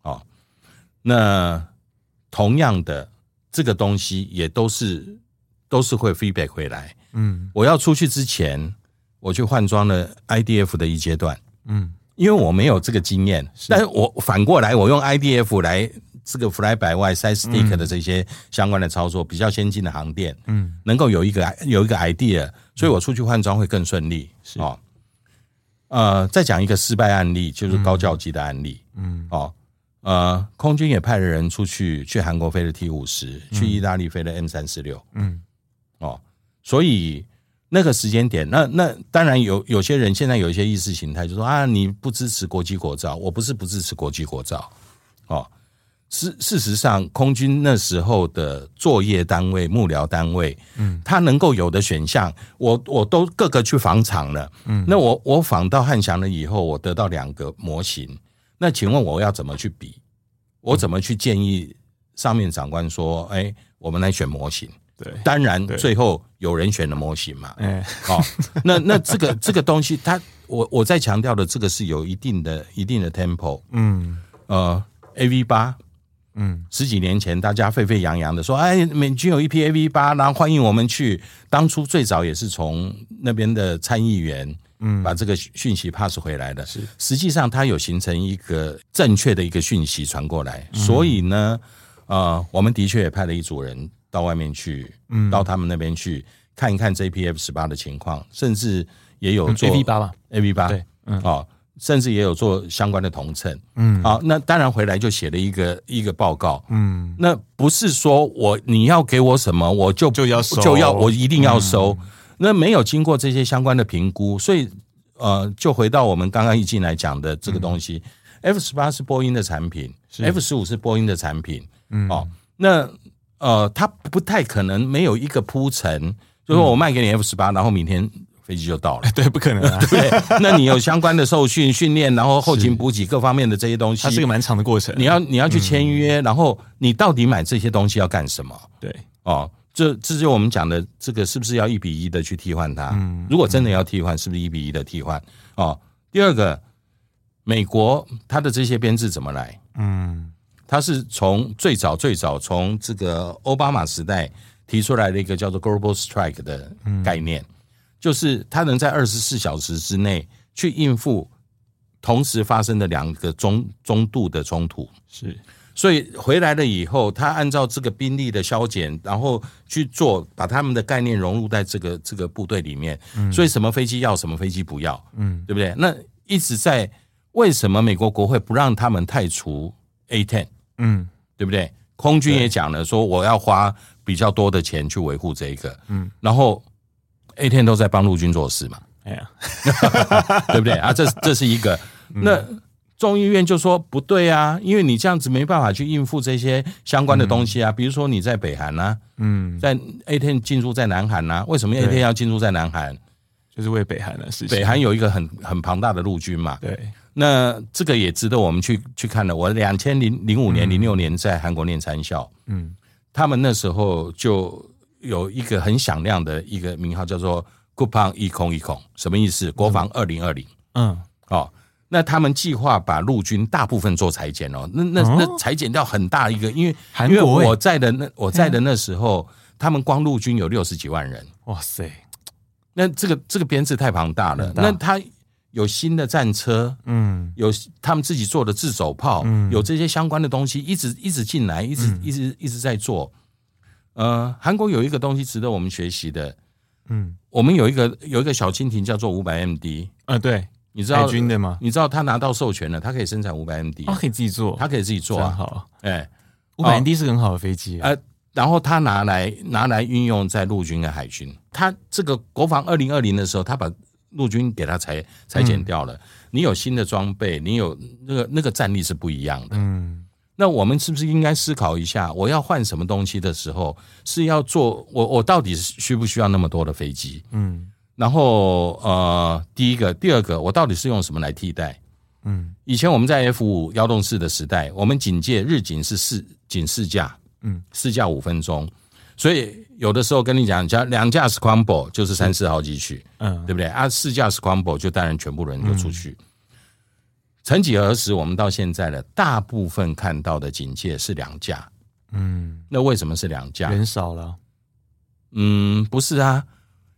哦，那同样的这个东西也都是都是会 feedback 回来。
嗯
我要出去之前，我去换装了 IDF 的一阶段，
嗯，
因为我没有这个经验，但是我反过来，我用 IDF 来这个 Fly by Wire、Side Stick 的这些相关的操作，比较先进的航电，
嗯，
能够有一个有一个 idea，所以我出去换装会更顺利。哦，呃，再讲一个失败案例，就是高教机的案例。
嗯
哦，呃，空军也派了人出去，去韩国飞了 T 五十，去意大利飞了 M 三四六。
嗯
哦，所以那个时间点，那那当然有有些人现在有一些意识形态，就说啊，你不支持国际国造，我不是不支持国际国造，哦，事事实上，空军那时候的作业单位、幕僚单位，嗯，他能够有的选项，我我都各个去访厂了，嗯，那我我访到汉翔了以后，我得到两个模型，那请问我要怎么去比？我怎么去建议上面长官说，哎、我们来选模型？
对，
当然
对
最后有人选了模型嘛。
哎、
哦，那那这个这个东西，它我我在强调的这个是有一定的一定的 tempo。
嗯
呃，A V 八
嗯
十几年前大家沸沸扬扬的说，哎，美军有一批 A V 八，然后欢迎我们去。当初最早也是从那边的参议员。嗯，把这个讯息 pass 回来的，
是
实际上它有形成一个正确的一个讯息传过来，
嗯
所以呢，呃，我们的确也派了一组人到外面去，嗯，到他们那边去看一看这批 F 十八的情况，甚至也有
嗯
做
A V 八嘛，
A V 八，
对，
嗯，哦，甚至也有做相关的同称，
嗯，
啊、那当然回来就写了一个一个报告，
嗯
那不是说我你要给我什么，我就
就要收嗯
就要我一定要收、那没有经过这些相关的评估，所以呃，就回到我们刚刚一进来讲的这个东
嗯
西、f 十八是波音的产品，F 十五是波音的产品，嗯，哦，那呃，它不太可能没有一个铺陈，就是
嗯
我卖给你 F 十八，然后明天飞机就到了。
对，不可能 啊，
对，那你有相关的受训训练，然后后勤补给各方面的这些东西
它，是一个蛮嗯长的过程。
你要你要去签约，然后你到底买这些东西要干什么？
对，
哦，这这就我们讲的这个是不是要一比一的去替换它？如果真的要替换，是不是一比一的替换？哦，第二个，美国它的这些编制怎么来？
嗯
它是从最早最早从这个奥巴马时代提出来的一个叫做 Global Strike 的概念，就是它能在二十四小时之内去应付同时发生的两个中中度的冲突。
是，
所以回来了以后，他按照这个兵力的削减，然后去做，把他们的概念融入在这个这个部队里面。所以什么飞机要，什么飞机不要，
嗯
对不对？那一直在为什么美国国会不让他们太除 A ten？
嗯
对不对？空军也讲了，说我要花比较多的钱去维护这一个，嗯，然后 A 天都在帮陆军做事嘛，
哎呀，
对不对啊？这这是一个，那众议院就说不对啊，因为你这样子没办法去应付这些相关的东西啊，比如说你在北韩啊，
嗯，
在 A 天进驻在南韩啊，为什么 A 天要进驻在南韩？
就是为北韩的事情。
北韩有一个很很庞大的陆军嘛，
对，
那这个也值得我们去去看的。我两千零零五年、零六年在韩国念参校，
嗯，
他们那时候就有一个很响亮的一个名号，叫做“国防一空一空”，什么意思？国防二零二零
嗯
哦。那他们计划把陆军大部分做裁减哦，那那
哦
那裁减掉很大一个，因为
韩
因为
国欸嗯
我在的那我在的那时候，他们光陆军有六十几万人，
哇塞，
那这个这个编制太庞大了。
大
那他有新的战车，
嗯
有他们自己做的自走炮，有这些相关的东西，一直一直进来，一直、
嗯
一直一直在做。呃，韩国有一个东西值得我们学习的，
嗯
我们有一个有一个小蜻蜓叫做五百 MD，
啊，对，
你知
海
道
军的嘛，
你知道他拿到授权了，他可以生产五百 MD，、
啊，可以自己做，
他可以自己做
真
啊，
好，
哎，
五百 D 是个很好的飞机啊，
呃，然后他拿来拿来运用在陆军跟海军。他这个国防二零二零的时候，他把陆军给他裁裁减掉
嗯
了。你有新的装备，你有那个那个战力是不一样的。
嗯
那我们是不是应该思考一下，我要换什么东西的时候，是要做我我到底需不需要那么多的飞机？
嗯
然后呃，第一个，第二个，我到底是用什么来替代？
嗯
以前我们在 F 五幺洞式的时代，我们警戒日警是四警四架，
嗯，
四架五分钟，所以有的时候跟你讲，讲两架 scramble 就是三四号机去，
嗯，
对不对？啊，四架 scramble 就当然全部人就出去。曾几何时，我们到现在了，大部分看到的警戒是两架，
嗯，
那为什么是两架？
人少了，
嗯，不是啊，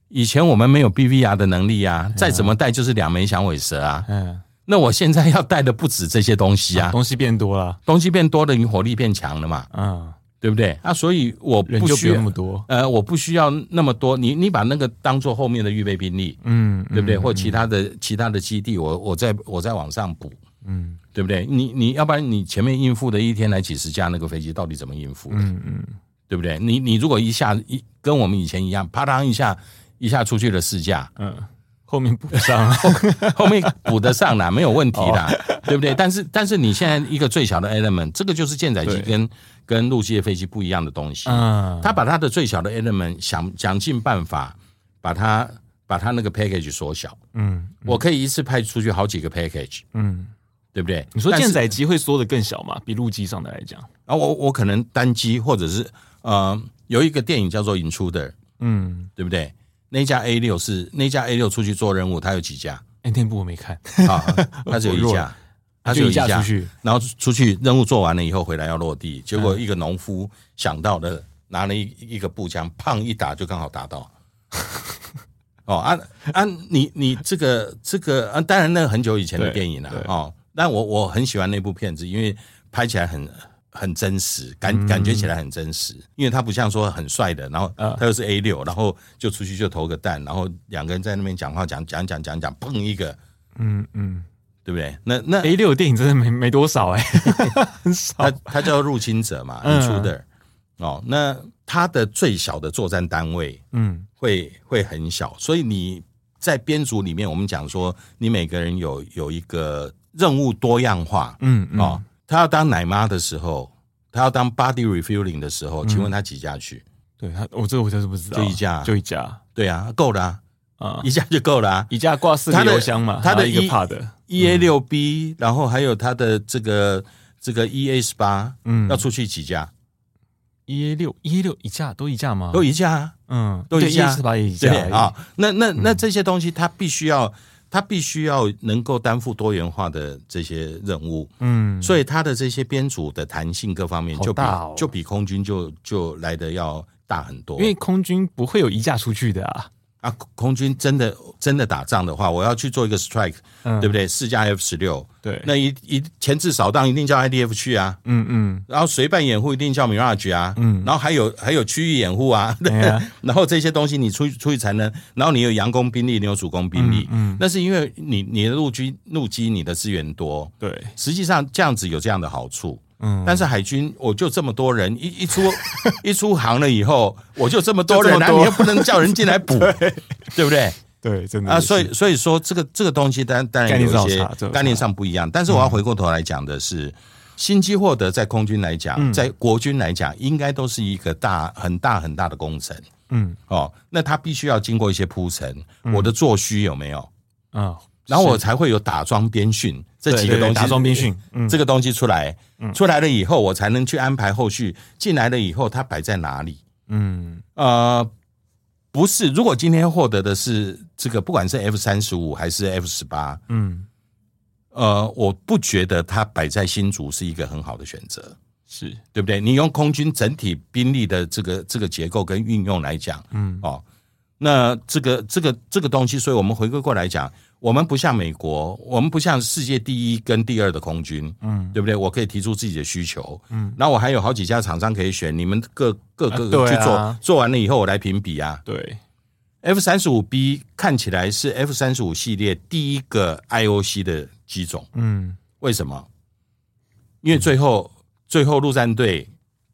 以前我们没有 BVR 的能力
哎
啊，再怎么带就是两枚响尾蛇啊。
嗯，
那我现在要带的不止这些东西啊，
东西变多了，
东西变多了，你火力变强了嘛，
嗯
对不对？啊，所以我
人
不
就不
需要
用那么多。
呃，我不需要那么多，你你把那个当做后面的预备兵力，
嗯，
对不对？或其他的其他的基地，我我再我再往上补，
嗯
对不对？你你要不然你前面应付的一天来几十架那个飞机，到底怎么应付？
嗯嗯，
对不对？你你如果一下一跟我们以前一样，啪嗒一下一下出去了四架，
嗯，后面补 上
后面补得上啦，没有问题啦，
哦
对不对？但是但是你现在一个最小的 element，这个就是舰载机
对
跟跟陆基的飞机不一样的东西，
啊，
他把他的最小的 element 想想尽办法把它把它那个 package 缩小，
嗯
我可以一次派出去好几个 package，
嗯，
对不对？
你说
但是
舰载机会缩的更小嘛？比陆基上的来讲，
啊，我我可能单机或者是呃有一个电影叫做《引出的》，
嗯，
对不对？那架 A 六是那架 A 六出去做任务，它有几架
哎，那部我没看，
啊？它只有一
弱
架
了，
它只
就
有
一架
架
出去，
然后出去任务做完了以后回来要落地，结
嗯
果一个农夫想到的拿了一一个步枪，砰一打就刚好打到。 哦，啊啊，你你这个这个啊，当然那个很久以前的
对
电影了、
对
哦，但我我很喜欢那部片子，因为拍起来很很真实，
嗯
感感觉起来很真实，因为他不像说很帅的，然后
啊
他又是 A 六，然后就出去就投个弹，然后两个人在那边讲话讲讲讲讲讲，砰一个，
嗯嗯
对不对？那那
，A 六电影真的没没多少哎， 很少
他，他叫入侵者嘛，
嗯
intruder、哦，那他的最小的作战单位
嗯
会会很小，所以你在编组里面，我们讲说，你每个人有有一个任务多样化
嗯嗯
哦。他要当奶妈的时候，他要当 body refueling 的时候，
嗯
请问他几架去？
对他，我这个我真是不知道，
就一架
就一架
对啊，够了、啊，
啊，
一架就够了、啊。
一架挂四
他
个
的
油箱嘛，
他的
然后一个
一
pad，
E A 六
嗯
B，然后还有他的这个这个 E A 十八，
嗯
要出去几架？
一 A 六一 A 六一架都一架吗？
都一架啊。
嗯，
都一架
四八也一架
对啊、那那那这些东西，它必须要，它必须要能够担负多元化的这些任务，
嗯，
所以它的这些编组的弹性各方面
好
就比、
大哦
就比空军就就来的要大很多。
因为空军不会有一架出去的啊，
啊，空军真的真的打仗的话，我要去做一个 strike，、
嗯
对不对？四加 F 十六，
对，
那一一前置扫荡一定叫 IDF 去啊。
嗯嗯
然后随伴掩护一定叫 Mirage 啊，嗯，然后还有还有区域掩护啊，
哎呀
然后这些东西你出出去才能，然后你有佯攻兵力，你有主攻兵力，嗯，那是因为你你的陆军陆基你的资源多，
对，
实际上这样子有这样的好处，
嗯，
但是海军我就这么多人，一一出 一出航了以后，我就这么多人
就这么
啊，
多
你又不能叫人进 来补，对不对？
对，真的
啊，
是
所以所以说这个这个东西当然当然
概念
有
上
一
有
些
差这有差嗯
概念上不一样，但是我要回过头来讲的是，新机获得在空军来讲，在国军来讲，应该都是一个大很大很大的工程
嗯
哦。那它必须要经过一些铺陈，我的作需有没有？
啊，
然后我才会有打桩编训这
对
几个
对对
东西，
打桩编训，嗯，
这个东西出来，出来了以后，我才能去安排后续进来了以后，它摆在哪里？
嗯
呃，不是，如果今天获得的是这个，不管是 F 三十五还是 F 十八，
嗯
呃，我不觉得它摆在新竹是一个很好的选择，
是，
对不对？你用空军整体兵力的这个这个结构跟运用来讲，
嗯
哦，那这个这个这个东西，所以我们回归过来讲，我们不像美国，我们不像世界第一跟第二的空军，
嗯
对不对？我可以提出自己的需求，
嗯，
那我还有好几家厂商可以选，你们各各
啊
个
对
去
啊
做，做完了以后我来评比啊。
对，
F 三十五 B 看起来是 F 三十五系列第一个 IOC 的机种，
嗯
为什么？因为最后最后陆战队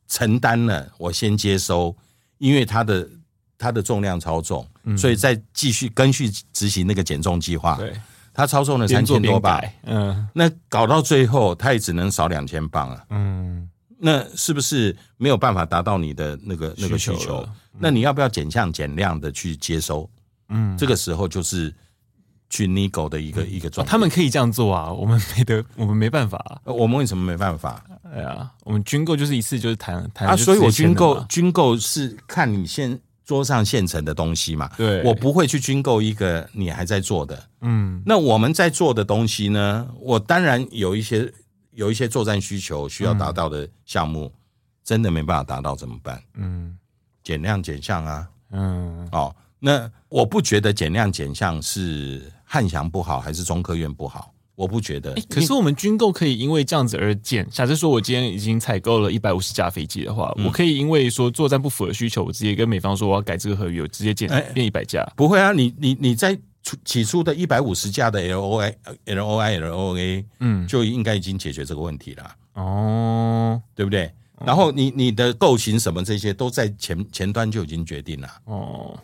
承担了我先接收，因为它的它的重量超重，所以再继续跟续执行那个减重计划。
嗯对，
它超重了
边
啊三
做
千多
边
磅，
改，嗯
那搞到最后它也只能少两千磅啊。
嗯
那是不是没有办法达到你的那个那个需
需
求？
求了
那你要不要减项减量的去接收？
嗯，
这个时候就是去 nego 的一个、一个
哦
状态。
他们可以这样做啊，我们没得，我们没办法啊，
呃我们为什么没办法？
哎呀，我们军购就是一次就是谈谈
啊，
哎就
所以
直接
我
签
军
了
购
嘛
军购是看你现桌上现成的东西嘛，
对
我不会去军购一个你还在做的。
嗯
那我们在做的东西呢，我当然有一些有一些作战需求需要达到的项目，真的没办法达到怎么办？
嗯
减量减项啊，
嗯
哦，那我不觉得减量减项是汉翔不好还是中科院不好，我不觉得
诶。哎可是我们军购可以因为这样子而减。假设说我今天已经采购了一百五十架飞机的话，我可以因为说作战不符合需求，我直接跟美方说我要改这个合约，我直接减
哎
变一百架。
不会啊，你你你在出起初的一百五十架的 L O I L O I L O A
嗯，
就应该已经解决这个问题了，
哦
对不对？然后你你的构型什么这些都在前前端就已经决定了，
哦，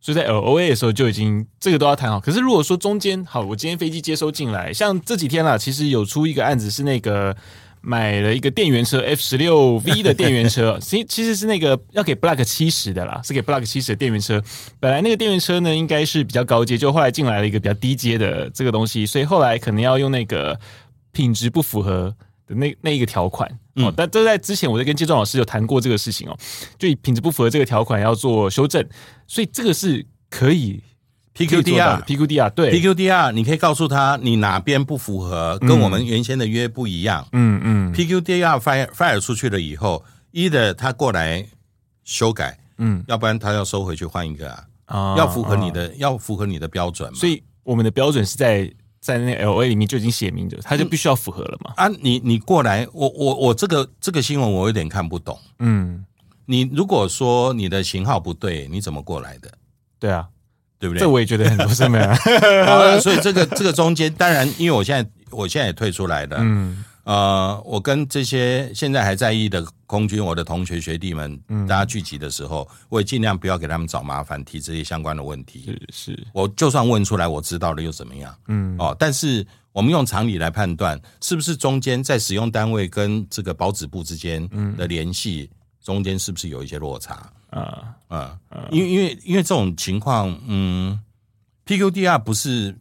所以在 L O A 的时候就已经这个都要谈好。可是如果说中间好，我今天飞机接收进来，像这几天啦，其实有出一个案子是那个。买了一个电源车 F 十六 V 的电源车，其其实是那个要给 Block 七十的啦，是给 Block 七十的电源车。本来那个电源车呢应该是比较高阶，就后来进来了一个比较低阶的这个东西，所以后来可能要用那个品质不符合的那那一个条款。
嗯
哦，但这在之前我在跟介壮老师有谈过这个事情哦，就以品质不符合这个条款要做修正，所以这个是可以
PQDR
PQDR 啊对
PQDR 啊你可以告诉他你哪边不符合，跟我们原先的约不一样。
嗯嗯
PQDR 啊 fire fire 出去了以后，一的他过来修改，
嗯
要不然他要收回去换一个啊，
啊
要符合
啊
你的要符合你的标准嘛。
所以我们的标准是在在那 L A 里面就已经写明的，它就必须要符合了嘛。
啊，你你过来，我我我这个这个新闻我有点看不懂。
嗯，
你如果说你的型号不对，你怎么过来的？
对啊，
对不对
这？我也觉得很多是没有。
啊所以这个这个中间，当然，因为我现在我现在也退出来了。
嗯
呃，我跟这些现在还在役的空军，我的同学学弟们，
嗯
大家聚集的时候，我也尽量不要给他们找麻烦，提这些相关的问题。
是是
我就算问出来，我知道了又怎么样？
嗯
哦，但是我们用常理来判断，是不是中间在使用单位跟这个保指部之间的联系，中间是不是有一些落差？
嗯啊
啊、因为因为因为这种情况，嗯，PQDR 不是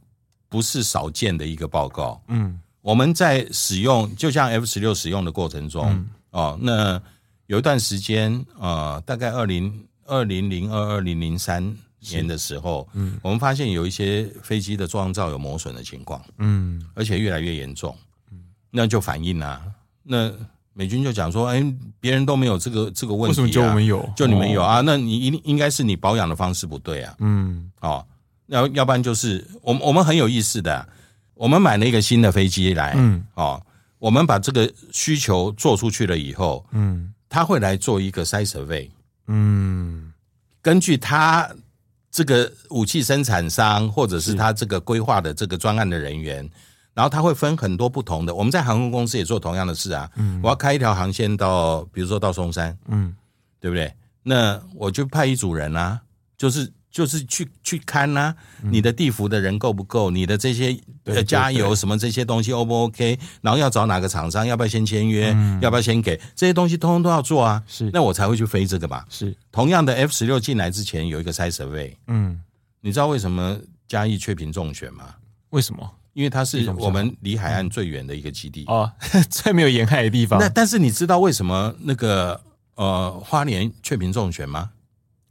不是少见的一个报告。
嗯
我们在使用，就像 F 十六使用的过程中，
嗯
哦，那有一段时间，呃，大概二零二零零二二零零三年的时候，嗯，我们发现有一些飞机的撞造有磨损的情况，
嗯
而且越来越严重，那就反映啊，那美军就讲说，哎，别人都没有这个这个问
为
题、
什
啊，
么就我们有？
就你们有
哦？
啊？那你应应该是你保养的方式不对啊，
嗯
哦，要要不然就是我们我们很有意思的啊、我们买了一个新的飞机来，
嗯
哦，我们把这个需求做出去了以后，
嗯
他会来做一个筛 survey，
嗯
根据他这个武器生产商或者是他这个规划的这个专案的人员。然后他会分很多不同的，我们在航空公司也做同样的事啊。嗯，我要开一条航线到，比如说到松山，
嗯
对不对？那我就派一组人啊，就是就是去去看啊，你的地服的人够不够，你的这些
嗯对
呃
对
加油
对
什么这些东西 O 不 OK，然后要找哪个厂商，要不要先签约，要不要先给这些东西，通通都要做
嗯
啊。
是
那我才会去飞这个嘛。
是
同样的，F 十六进来之前有一个筛选位，
嗯，
你知道为什么嘉义确评中选吗？
为什么？
因为它
地
是
方不
我们离海岸最远的一个基地。
哦， 最没有沿海的地方
那，但是你知道为什么那个呃花莲确评中选吗？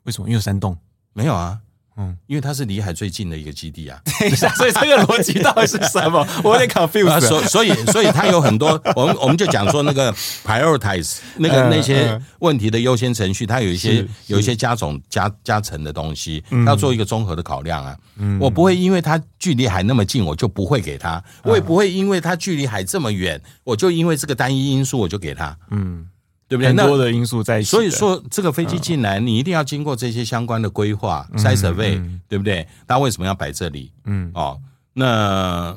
为什么？因为山洞。
没有啊，
嗯
嗯，因为它是离海最近的一个基地啊，
等一下，所以这个逻辑到底是什 么？我有点 confused
啊
了。
所所以所以它有很多， 我们我们就讲说那个 prioritize 那个
嗯
那些
嗯
问题的优先程序，它有一些
是嗯
有一些加总加加成的东西，要做一个综合的考量啊。我不会因为它距离海那么近，我就不会给它；
嗯
我也不会因为它距离海这么远，我就因为这个单一因素我就给它，
嗯，
对不对？
很
那
多的嗯因素在一起。
所以，说，这个飞机进来，你一定要经过这些相关的规划、筛选位，对不对？它为什么要摆这里？
嗯，
哦，那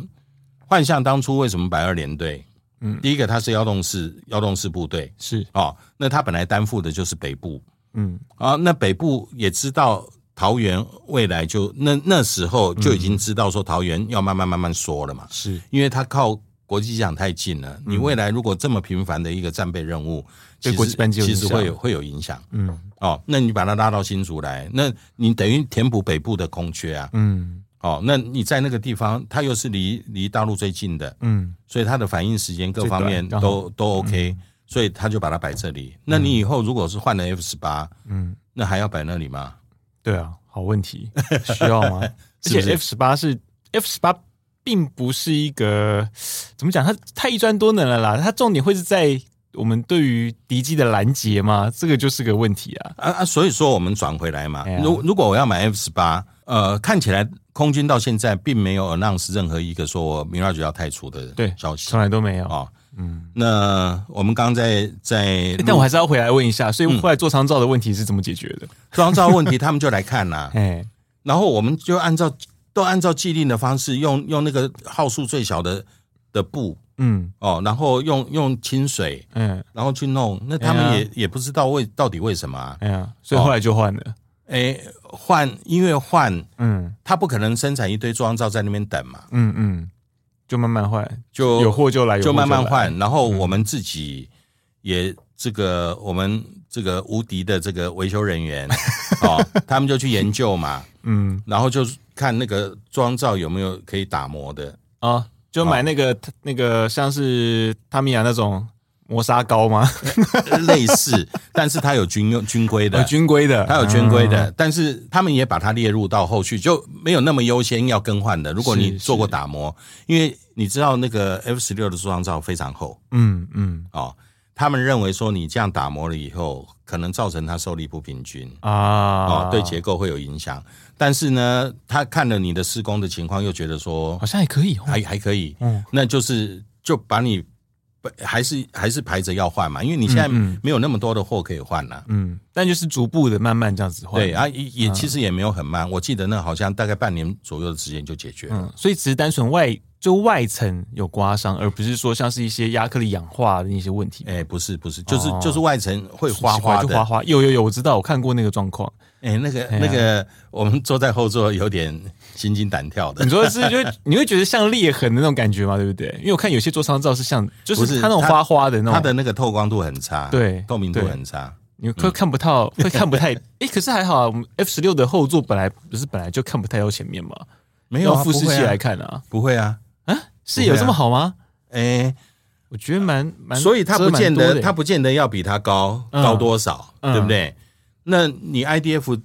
幻象当初为什么摆二连队？嗯，第一个它是幺洞四幺洞四部队
是，
哦，那它本来担负的就是北部
嗯
啊，那北部也知道桃园未来就那那时候就已经知道说桃园要慢慢慢慢缩了嘛，
是，
因为它靠国际机场太近了，你未来如果这么频繁的一个战备任务，
对
其实
嗯国际班机有
其
影
实
响
会有会有影响。
嗯
哦，那你把它拉到新竹来，那你等于填补北部的空缺啊。
嗯
哦，那你在那个地方，它又是离离大陆最近的，
嗯
所以它的反应时间各
最短嗯
方面
刚好
都都 OK，、所以他就把它摆这里。那你以后如果是换了 F 十八，
嗯，
那还要摆那里吗？
对啊，好问 题，需要吗？
是
而
不是
且 F 十八是 F 十八，并不是一个怎么讲，它太一专多能了啦。它重点会是在我们对于敌机的拦截吗？这个就是个问题啊。
啊啊，所以说我们转回来嘛
哎呀。
如、如果我要买 F 十八，呃，看起来空军到现在并没有 announce 任何一个说 Mirage 要太出的
对
消息
从来都没有。
啊。嗯，那我们刚刚在在
欸但我还是要回来问一下，所以后来做长照的问题是怎么解决的？
装照问题，他们就来看啦、
哎，
然后我们就按照都按照既定的方式，用用那个号数最小的的布
嗯
哦，然后用用清水，
嗯，
然后去弄。那他
哎呀
们也、也不知道为到底为什么啊？
哎呀，所以后来就换了。
哎，换因为换
嗯
他不可能生产一堆妆照在那边等嘛，
嗯嗯，就慢慢换，
就
有货就来，有货
就慢慢
来。
换。然
嗯
后我们自己也这个我们这个无敌的这个维修 人员哦，他们就去研究嘛，
嗯
然后就看那个妆照有没有可以打磨的。
啊，就买那个那个像是他米亚那种磨砂膏吗？
类似，但是它有军用军规的
呃， 军啊规的，
它有军规的，但是他们也把它列入到后续，就没有那么优先要更换的。如果
是
你做过打磨，因为你知道那个 F 十六的妆照非常厚
嗯。嗯
哦，他们认为说你这样打磨了以后，可能造成它受力不平均。
嗯啊
哦，对结构会有影响，但是呢，他看了你的施工的情况，又觉得说
好像也可以哦。
还还可以，
嗯
那就是就把你还是还是排着要换嘛，因为你现在
嗯嗯
没有那么多的货可以换啦、
嗯，但就是逐步的慢慢这样子换。
对啊，也也其实也没有很慢，我记得那好像大概半年左右的时间就解决了。
嗯，所以只是单纯外就外层有刮伤，而不是说像是一些亚克力氧化的那些问题。
哎、不是不是，就是、
哦
就是外层会花
奇怪
花
就
的，
花花，有有有，我知道，我看过那个状况。
哎、那个、
呀
那个，我们坐在后座有点心惊胆跳的
你。说的是就你会觉得像裂痕的那种感觉吗？对不对？因为我看有些做伤照是像，就
不
是
是
它那种
它
花花的那
它
种，
的那个透光度很差，
对
透明度
对
很差。
你会看不到，会看不太。诶，可是还好啊，我们 F 十六的后座本来不是本来就看不太到前面嘛，
没有啊
用富士器来
不会啊
看啊，
不会啊，
是有这么好吗？
哎、
我觉得蛮蛮，
所以它不见
遮蛮多
得，
的
它不见得要比它高
嗯
高多少，
嗯
对不对？那你 IDF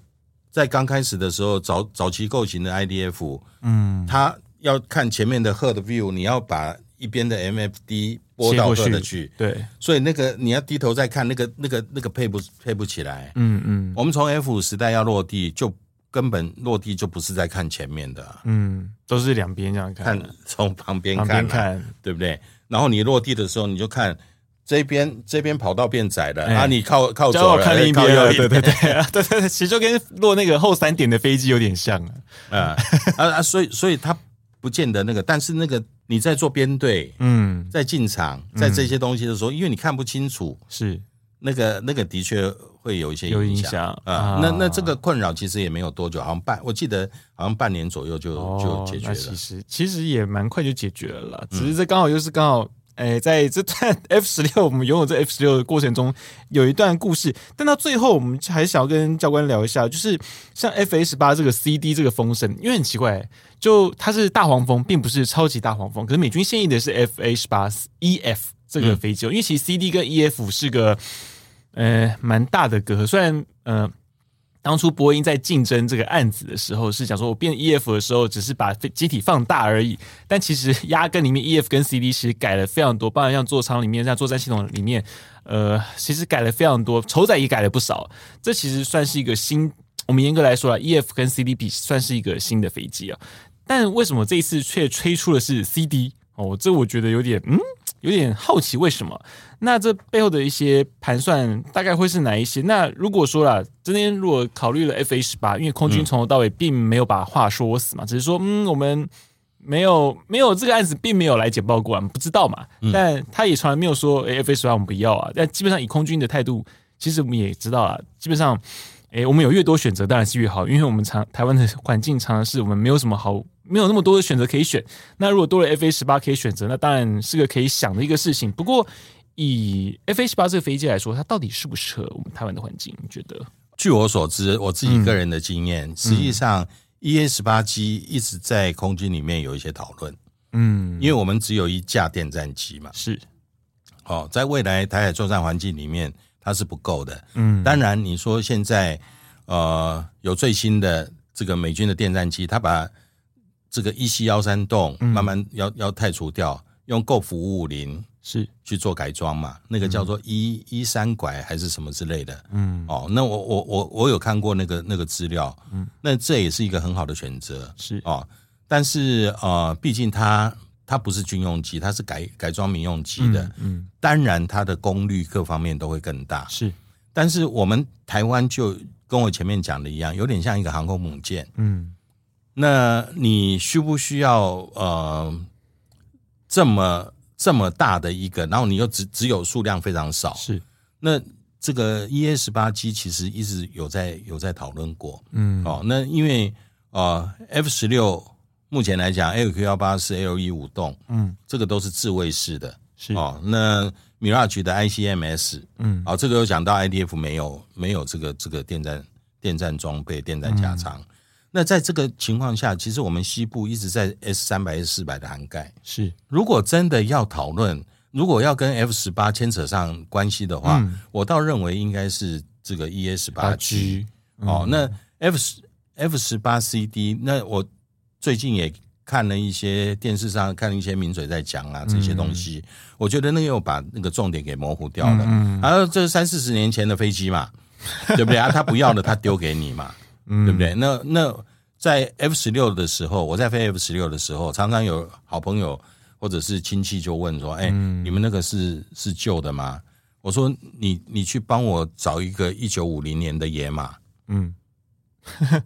在刚开始的时候，早早期构型的 IDF，
嗯
它要看前面的 HUD view，你要把一边的 MFD 拨
切
到
过
HUD
去
去，，
对，
所以那个你要低头再看，那个那个那个配不配不起来。
嗯嗯
我们从 F 五时代要落地，就根本落地就不是在看前面的啊，
嗯，都是两边这样看
看，从旁边
旁
看
边
啊，
看，
对不对？然后你落地的时候，你就看这边这边跑道变窄了、
哎
啊，你靠靠
叫
左
我
了，
看另一
靠
边
右
了，
一
对
点，
对对对对对，其实就跟落那个后三点的飞机有点像啊。
啊啊啊！所以所以它不见得那个，但是那个你在做编队、
嗯，
在进场、在这些东西的时候，因为你看不清楚，
是
那个那个的确会有一些
有
影
影
响。
响
啊，那那这个困扰其实也没有多久，好像半我记得好像半年左右就、
哦
就解决
那其
了。嗯
实其实也蛮快就解决了啦，只是这刚好又是刚好。哎，在这段 F 十六，我们拥有这 F 十六的过程中，有一段故事。但到最后，我们还想要跟教官聊一下，就是像 F 十八这个 CD 这个风扇，因为很奇怪，就它是大黄蜂，并不是超级大黄蜂。可是美军现役的是 F A 十八 EF 这
嗯
个飞机哦，因为其实 CD 跟 EF 是个呃蛮大的隔阂，虽然呃当初波音在竞争这个案子的时候，是讲说我变 EF 的时候，只是把机体放大而已。但其实压根里面 EF 跟 CD 其实改了非常多，包含像座舱里面、像作战系统里面，呃，其实改了非常多，丑仔也改了不少。这其实算是一个新，我们严格来说啊，EF 跟 CD 比算是一个新的飞机啊。但为什么这一次却吹出的是 CD？哦，这我觉得有点嗯，有点好奇为什么。那这背后的一些盘算大概会是哪一些？那如果说啦，今天如果考虑了 F A 十八，因为空军从头到尾并没有把话说死嘛，只是说嗯，我们没有没有这个案子并没有来简报过啊，我们不知道嘛。但他也从来没有说、诶 F A 十八我们不要啊。但基本上以空军的态度，其实我们也知道啊，基本上。诶，我们有越多选择，当然是越好，因为我们常台湾的环境常常是我们没有什么好，没有那么多的选择可以选。那如果多了 F A 十八可以选择，那当然是个可以想的一个事情。不过以 F H 八这个飞机来说，它到底适不适合我们台湾的环境？你觉得？
据我所知，我自己个人的经验，
嗯
实际上 EA 十八机一直在空军里面有一些讨论，
嗯，
因为我们只有一架电战机嘛。
是，
哦，在未来台海作战环境里面，它是不够的。
嗯，
当然，你说现在呃有最新的这个
嗯
美军的电战机，它把这个一七幺三栋慢慢要要汰除掉，用 Go 服务零
是
去做改装嘛，那个叫做一一三拐还是什么之类的。
嗯
哦，那我我我我有看过那个那个资料，嗯，那这也是一个很好的选择
是
哦。但是呃，毕竟它它不是军用机，它是改改装民用机的，
嗯
当然它的功率各方面都会更大。
是
但是我们台湾就跟我前面讲的一样，有点像一个航空母舰。
嗯
那你需不需要呃这么这么大的一个，然后你又只只有数量非常少？
是
那这个 EA 十八机其实一直有在有在讨论过
嗯
哦。那因为呃 F 十六目前来讲，LQ 幺八是 L 一五动，
嗯
这个都是自卫式的
是
哦。那 Mirage 的 ICMS
嗯
哦，这个有讲到 IDF 没有没有这个这个电站电站装备、电站
嗯
加长。那在这个情况下，其实我们西部一直在 S 三百、S 四百的涵盖。
是
如果真的要讨论，如果要跟 F 十八牵扯上关系的话，
嗯
我倒认为应该是这个 EA 十八 G 哦。
嗯
那 F 十 F 十八 CD，那我最近也看了一些电视上看了一些名嘴在讲啊这些东西，我觉得那个又把那个重点给模糊掉了。
嗯
然后这三四十年前的飞机嘛，对不对啊？他不要的，他丢给 你嘛，
嗯
对不对？那那在 F 十六的时候，我在飞 F 十六的时候，常常有好朋友或者是亲戚就问说：“哎、
嗯
你们那个是是旧的吗？”我说：“你你去帮我找一个一九五零年的野马，
嗯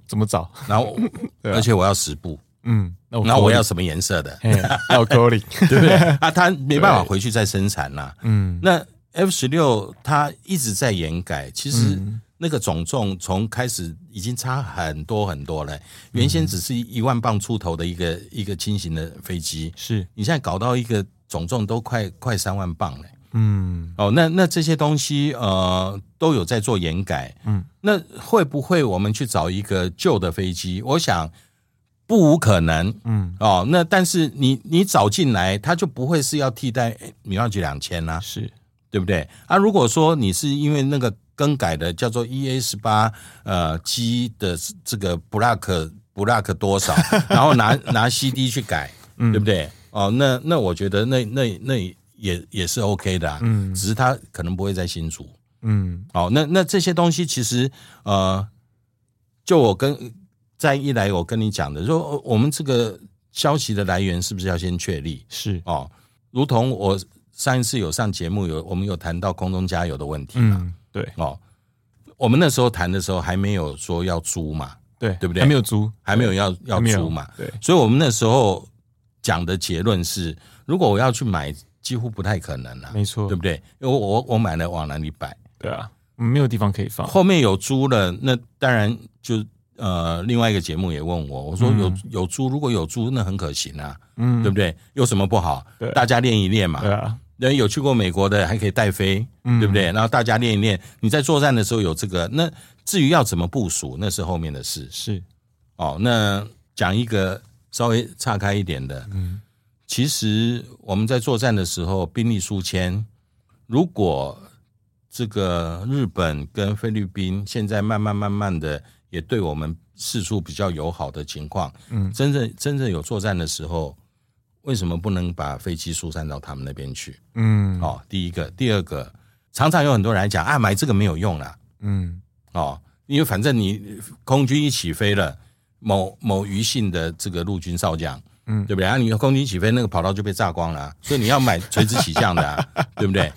怎么找
然后、
对啊
而且我要十部，
嗯那我
然后我要什么颜 色的，
嘿那我 c a
对不对？啊，他没办法回去再生产啦、
嗯
那 F 十六它一直在研改，其实
嗯
那个总重从开始已经差很多很多
嗯
了。原先只是一万磅出头的一个一个轻型的飞机，
是
你现在搞到一个总重都快快三万磅了。
嗯
哦，那那这些东西呃都有在做研改，
嗯，
那会不会我们去找一个旧的飞机？我想不无可能
嗯
哦。那但是你你找进来，它就不会是要替代米拉吉两千啊啦，
是
对不对？啊，如果说你是因为那个更改的叫做 EA 十八呃 G 的这个 block block 多少，然后拿拿 CD 去改，对不对？哦，那那我觉得那那那也也是 OK 的、啊，嗯，只是它可能不会在新竹。
嗯
哦，那那这些东西其实呃，就我跟再一来我跟你讲的，说呃我们这个消息的来源是不是要先确立？
是
哦，如同我上一次有上节目有我们有谈到空中加油的问题嘛，
嗯对
哦，我们那时候谈的时候还没有说要租嘛，
对
对不对
还没有租
还没有要要
还没有
租嘛，
对
所以我们那时候讲的结论是，如果我要去买，几乎不太可能了、
没错
对不对？因为我我我买了往哪里摆？
对啊没有地方可以放
后面有租了，那当然就呃，另外一个节目也问我，我说有、有租，如果有租，那很可行啊，
嗯
对不对？有什么不好
对？
大家练一练嘛，
对啊
人有去过美国的还可以带飞，对不对？然后大家练一练，你在作战的时候有这个。那至于要怎么部署，那是后面的事
是
哦。那讲一个稍微岔开一点的，嗯，其实我们在作战的时候，兵力书签，如果这个日本跟菲律宾现在慢慢慢慢的也对我们示出比较友好的情况，嗯，真正真正有作战的时候，为什么不能把飞机疏散到他们那边去？
嗯
哦，第一个，第二个，常常有很多人来讲啊，买这个没有用啦，
嗯
哦，因为反正你空军一起飞了，某某余姓的这个陆军少将，
嗯
对不对？啊，你空军一起飞，那个跑道就被炸光了啊、所以你要买垂直起降的、啊， 对不对？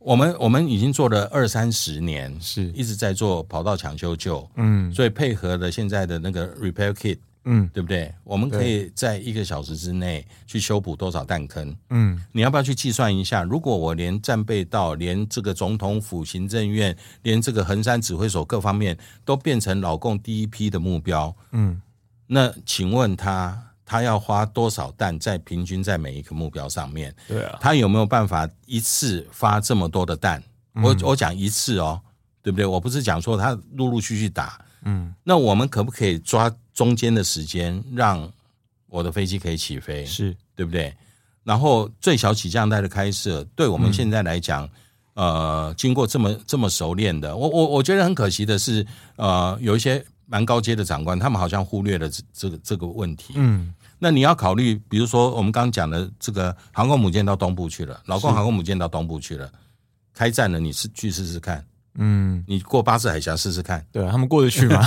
我们我们已经做了二三十年，
是
一直在做跑道抢修救，
嗯
所以配合了现在的那个 repair kit，
嗯
对不对？我们可以在一个小时之内去修补多少弹坑，
嗯
你要不要去计算一下？如果我连战备道、连这个总统府、行政院、连这个横山指挥所各方面都变成老共第一批的目标，
嗯
那请问他他要花多少弹在平均在每一个目标上面？
对啊
他有没有办法一次发这么多的弹？我我讲一次哦，对不对？我不是讲说他陆陆续续打，
嗯
那我们可不可以抓中间的时间，让我的飞机可以起飞？
是
对不对？然后最小起降带的开设，对我
嗯
们现在来讲，呃，经过这么这么熟练的，我我我觉得很可惜的是，呃，有一些蛮高阶的长官，他们好像忽略了这这个这个问题。
嗯
那你要考虑，比如说我们刚刚讲的这个航空母舰到东部去了，老共航空母舰到东部去了，开战了，你是去试试看，
嗯，
你过巴士海峡试 试看，
对啊，他们过得去吗？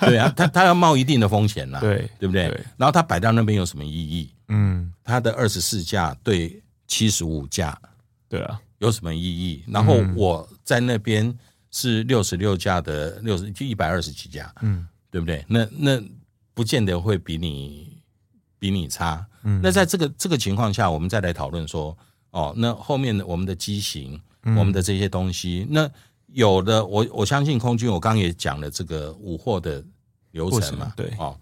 对啊，他他要冒一定的风险啦，
对，
对不对？
对
然后他摆到那边有什么意义？
嗯，
他的二十四架对七十五架
对啊，
有什么意义？然后
嗯
我在那边是六十六架的六十就一百二十几架，
嗯，
对不对？那那不见得会比你比你差。
嗯
那在这个这个情况下，我们再来讨论说，哦，那后面的我们的机型，
嗯
我们的这些东西，那有的我我相信空军，我刚刚也讲了这个五货的流程
过
嘛，
程对
哦，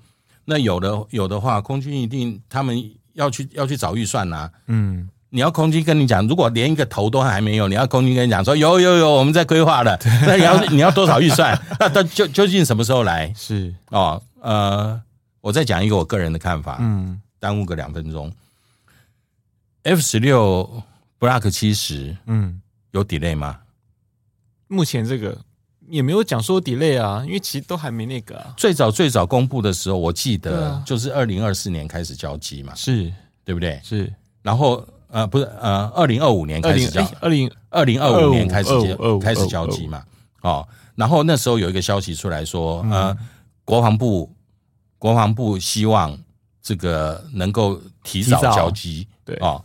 那有的有的话，空军一定他们要去要去找预算啊呐、
嗯，
你要空军跟你讲，如果连一个头都还没有，你要空军跟你讲说有有有，我们在规划了。那你要你要多少预 算？那到究究竟什么时候来？
是，
哦，呃，我再讲一个我个人的看法，
嗯
耽误个两分钟。F 十六 Block 七十
嗯，
有 delay 吗？
目前这个也没有讲说 delay 啊，因为其实都还没那个啊，
最早最早公布的时候，我记
对
得
啊
就是二零二四年开始交机嘛，
是
对不对？
是，
然后呃，不是呃，二零二五年
二
开
零哎
始交，
二零
二零二五年开始
25
交开始交机嘛，哦，然后那时候有一个消息出来说，呃，国防部国防部希望这个能够提早
提早
交机，
对
哦，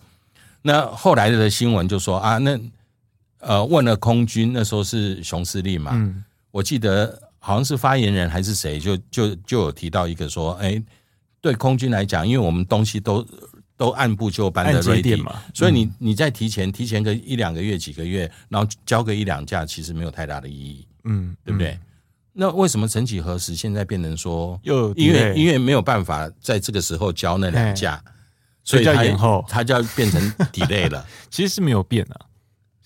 那后来的新闻就说啊，那呃问了空军，那时候是熊司令嘛，
嗯
我记得好像是发言人还是谁，就就就有提到一个说，哎，对空军来讲，因为我们东西都都按部就班的
按节
ready
点嘛，嗯
所以你你再提前提前个一两个月、几个月，然后交个一两架，其实没有太大的意义，
嗯，
对不对？
嗯？
那为什么曾几何时现在变成说，
又有
因为
delay
因为没有办法在这个时候交那两架，
所以
它
叫延后
它就要变成 delay 了。
其实是没有变啊，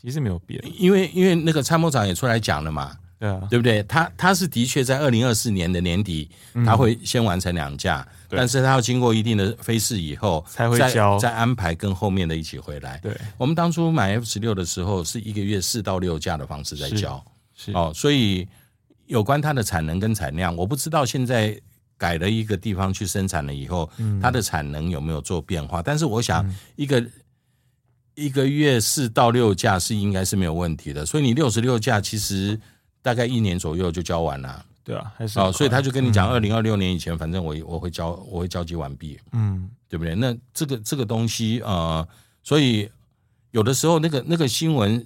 其实是没有变，啊
因为因为那个参谋长也出来讲了嘛，
对啊，
对不对？他他是的确在二零二四年的年底，他会先完成两架，
嗯对
但是他要经过一定的飞试以后，
才会
再
交
再安排跟后面的一起回来。
对，
我们当初买 F 十六的时候，是一个月四到六架的方式在交
是
哦，所以有关它的产能跟产量，我不知道现在改了一个地方去生产了以后，
嗯
它的产能有没有做变化？但是我想一个、一个月四到六架是应该是没有问题的，所以你六十六架其实大概一年左右就交完了
对啊，还是嗯
哦，
很
所以
快
他就跟你讲，二零二六年以前，反正我我会交我会交接完毕。
嗯
对不对？那这个这个东西，呃，所以有的时候那个那个新闻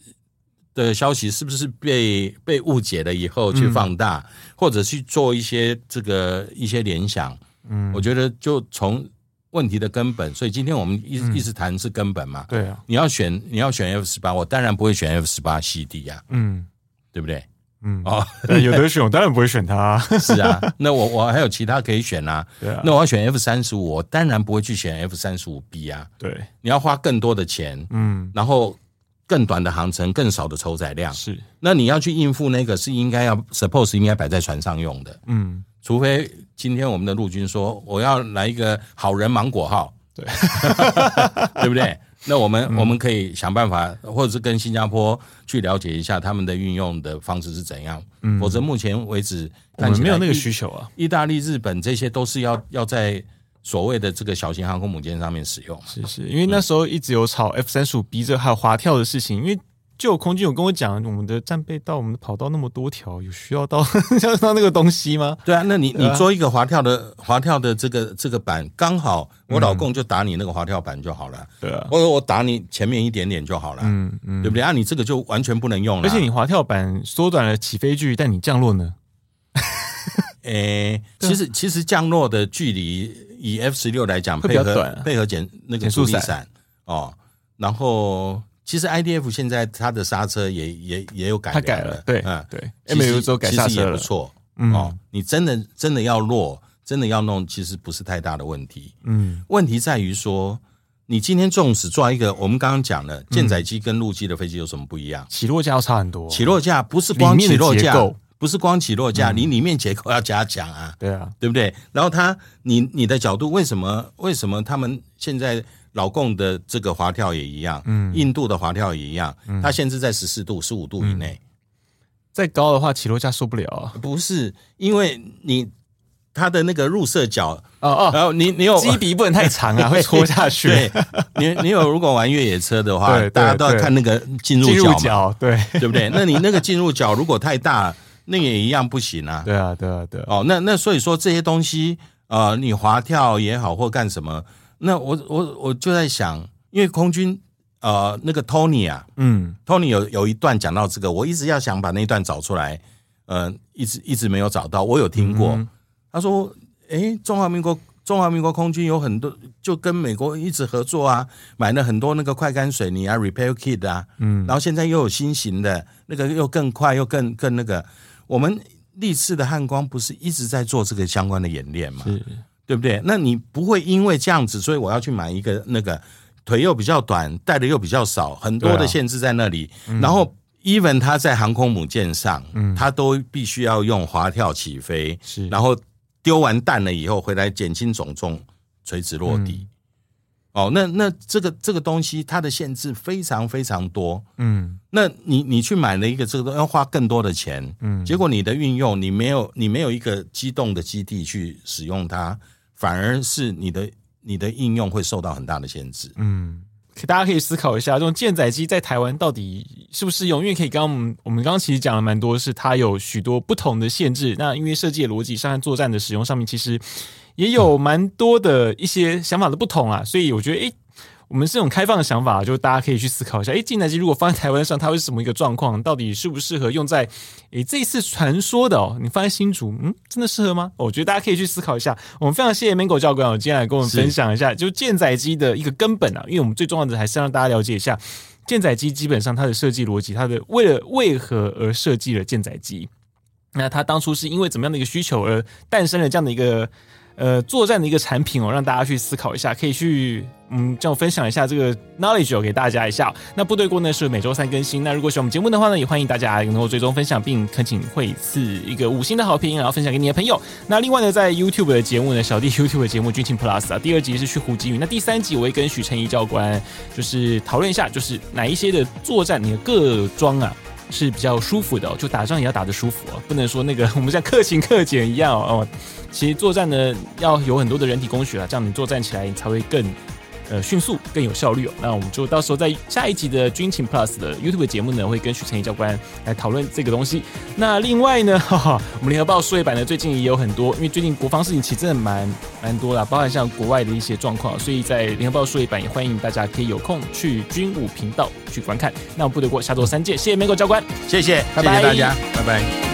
的消息是不是被被误解了以后去放大，
嗯
或者去做一些这个一些联想？
嗯，
我觉得就从问题的根本，所以今天我们一、
嗯
一直谈是根本嘛。
对啊，
你要选你要选 F 十八，我当然不会选 F 十八 CD 呀、
嗯
对不对？
嗯
哦，
对有得选，我当然不会选他 啊，
是啊，那我我还有其他可以选啊。
对啊，
那我要选 F 三十五，我当然不会去选 F 三十五 B 啊。
对，
你要花更多的钱，
嗯
然后更短的航程、更少的承载量，
是，
那你要去应付那个是应该要 suppose 应该摆在船上用的，
嗯
除非今天我们的陆军说我要来一个好人芒果号，
对， 嗯
对不对？那我们、我们可以想办法，或者是跟新加坡去了解一下他们的运用的方式是怎样，
嗯，
否则目前为止
我
看
们
起来
没有那个
意
需求啊，
意大利、日本这些都是要要在所谓的这个小型航空母舰上面使用。
是是，因为那时候一直有炒 F 三十五 B 这还有滑跳的事情，因为就空军有跟我讲，我们的战备道、我们的跑道那么多条，有需要到 要到那个东西吗？
对啊，那你你
对啊
做一个滑跳的滑跳的这个这个板，刚好我老公就打你那个滑跳板就好了，
对啊，
或者我打你前面一点点就好了，
嗯嗯，
对不对？啊，你这个就完全不能用了。
而且你滑跳板缩短了起飞距，但你降落呢？
诶，
啊
其实其实降落的距离以 F 十六来讲，
会比
配
较
合
短啊
配合减那个
减速
阻力
伞
伞哦，然后其实 IDF 现在它的刹车也也也有改
他
良，
改了，对
嗯，
对
其实
，M U 之后改刹
其实
车
也不
了，
错哦
嗯。
你真的真的要落，真的要弄，其实不是太大的问题。
嗯
问题在于说，你今天纵使抓一个，我们刚刚讲了，舰载机跟陆基的飞机有什么不一样？
起落架要差很多，
起落架不是光起落
哦里面的结
架
构，嗯
不是光起落架，你里面结构要加强啊，
对啊，
对不对？然后它，你你的角度为什么为什么他们现在老共的这个滑跳也一样，嗯，印度的滑跳也一样，
嗯
它限制在十四度、十五度以内，
再高的话起落架受不了啊，
不是因为你它的那个入 射角，
哦哦，
然后你你 有
鸡鼻不能太长 啊，会戳下去。
对，你你有如果玩越野车的话
对对，
大家都要
对
看那个进入
进
角
入
嘛，
角，对，
对不对？那你那个进入角如果太大，那也一样不行啊。
对啊，对啊，对啊，
哦，那那所以说这些东西，呃，你滑跳也好或干什么，那我我我就在想，因为空军呃那个 Tony 啊
嗯，
，Tony 有有一段讲到这个，我一直要想把那一段找出来，呃，一直一直没有找到，我有听过，
嗯
他说，诶，中华民国。中华民国空军有很多，就跟美国一直合作啊，买了很多那个快干水泥啊、repair kit 啊，
嗯，
然后现在又有新型的，那个又更快又更更那个。我们历次的汉光不是一直在做这个相关的演练嘛，
是
对不对？那你不会因为这样子，所以我要去买一个那个腿又比较短，带的又比较少，很多
对啊嗯
的限制在那里。然后，even 它在航空母舰上，它都必须要用滑跳起飞，
是，
然后丢完弹了以后回来减轻总重，垂直落
嗯
地。哦，那那这个这个东西它的限制非常非常多，
嗯
那你你去买了一个这个东要花更多的钱，
嗯，
结果你的运用你没有你没有一个机动的基地去使用它，反而是你的你的应用会受到很大的限制。
嗯，可大家可以思考一下，这种舰载机在台湾到底适不适用？因为可以刚刚我们我们刚刚其实讲了蛮多，是它有许多不同的限制。那因为设计的逻辑上和作战的使用上面，其实也有蛮多的一些想法的不同啊。所以我觉得，诶，我们是这种开放的想法，就大家可以去思考一下，诶，舰载机如果放在台湾上，它会是什么一个状况？到底适不适合用在诶这一次传说的哦？你放在新竹，嗯，真的适合吗？我觉得大家可以去思考一下。我们非常谢谢 Mango 教官，我今天来跟我们
是
分享一下，就舰载机的一个根本啊，因为我们最重要的还是让大家了解一下。舰载机基本上它的设计逻辑，它的为了为何而设计了舰载机？那它当初是因为怎么样的一个需求而诞生了这样的一个呃作战的一个产品哦，让大家去思考一下，可以去嗯这样分享一下这个 knowledge 哦给大家一下哦、那部队锅呢是每周三更新，那如果喜欢我们节目的话呢，也欢迎大家能够追踪分享，并恳请惠赐一个五星的好评，然后分享给你的朋友。那另外呢，在 YouTube 的节目呢，小弟 YouTube 的节目《军情 Plus》啊，第二集是去胡金宇，那第三集我会跟许成一教官就是讨论一下，就是哪一些的作战你的各装啊。是比较舒服的、哦，就打仗也要打得舒服哦，不能说那个 我们像克勤克俭一样哦哦。其实作战呢，要有很多的人体工学啊，这样你作战起来你才会更呃迅速、更有效率哦。那我们就到时候在下一集的军情 Plus 的 YouTube 节目呢，会跟许成一教官来讨论这个东西。那另外呢，哈哈， 我们联合报数位版呢最近也有很多，因为最近国防事情其实真的蛮蛮多啦，包含像国外的一些状况，所以在联合报数位版也欢迎大家可以有空去军武频道去观看。那我们部队过下周三见，谢谢 Mango 教官。
谢谢，
拜
谢
拜
谢大家，拜拜。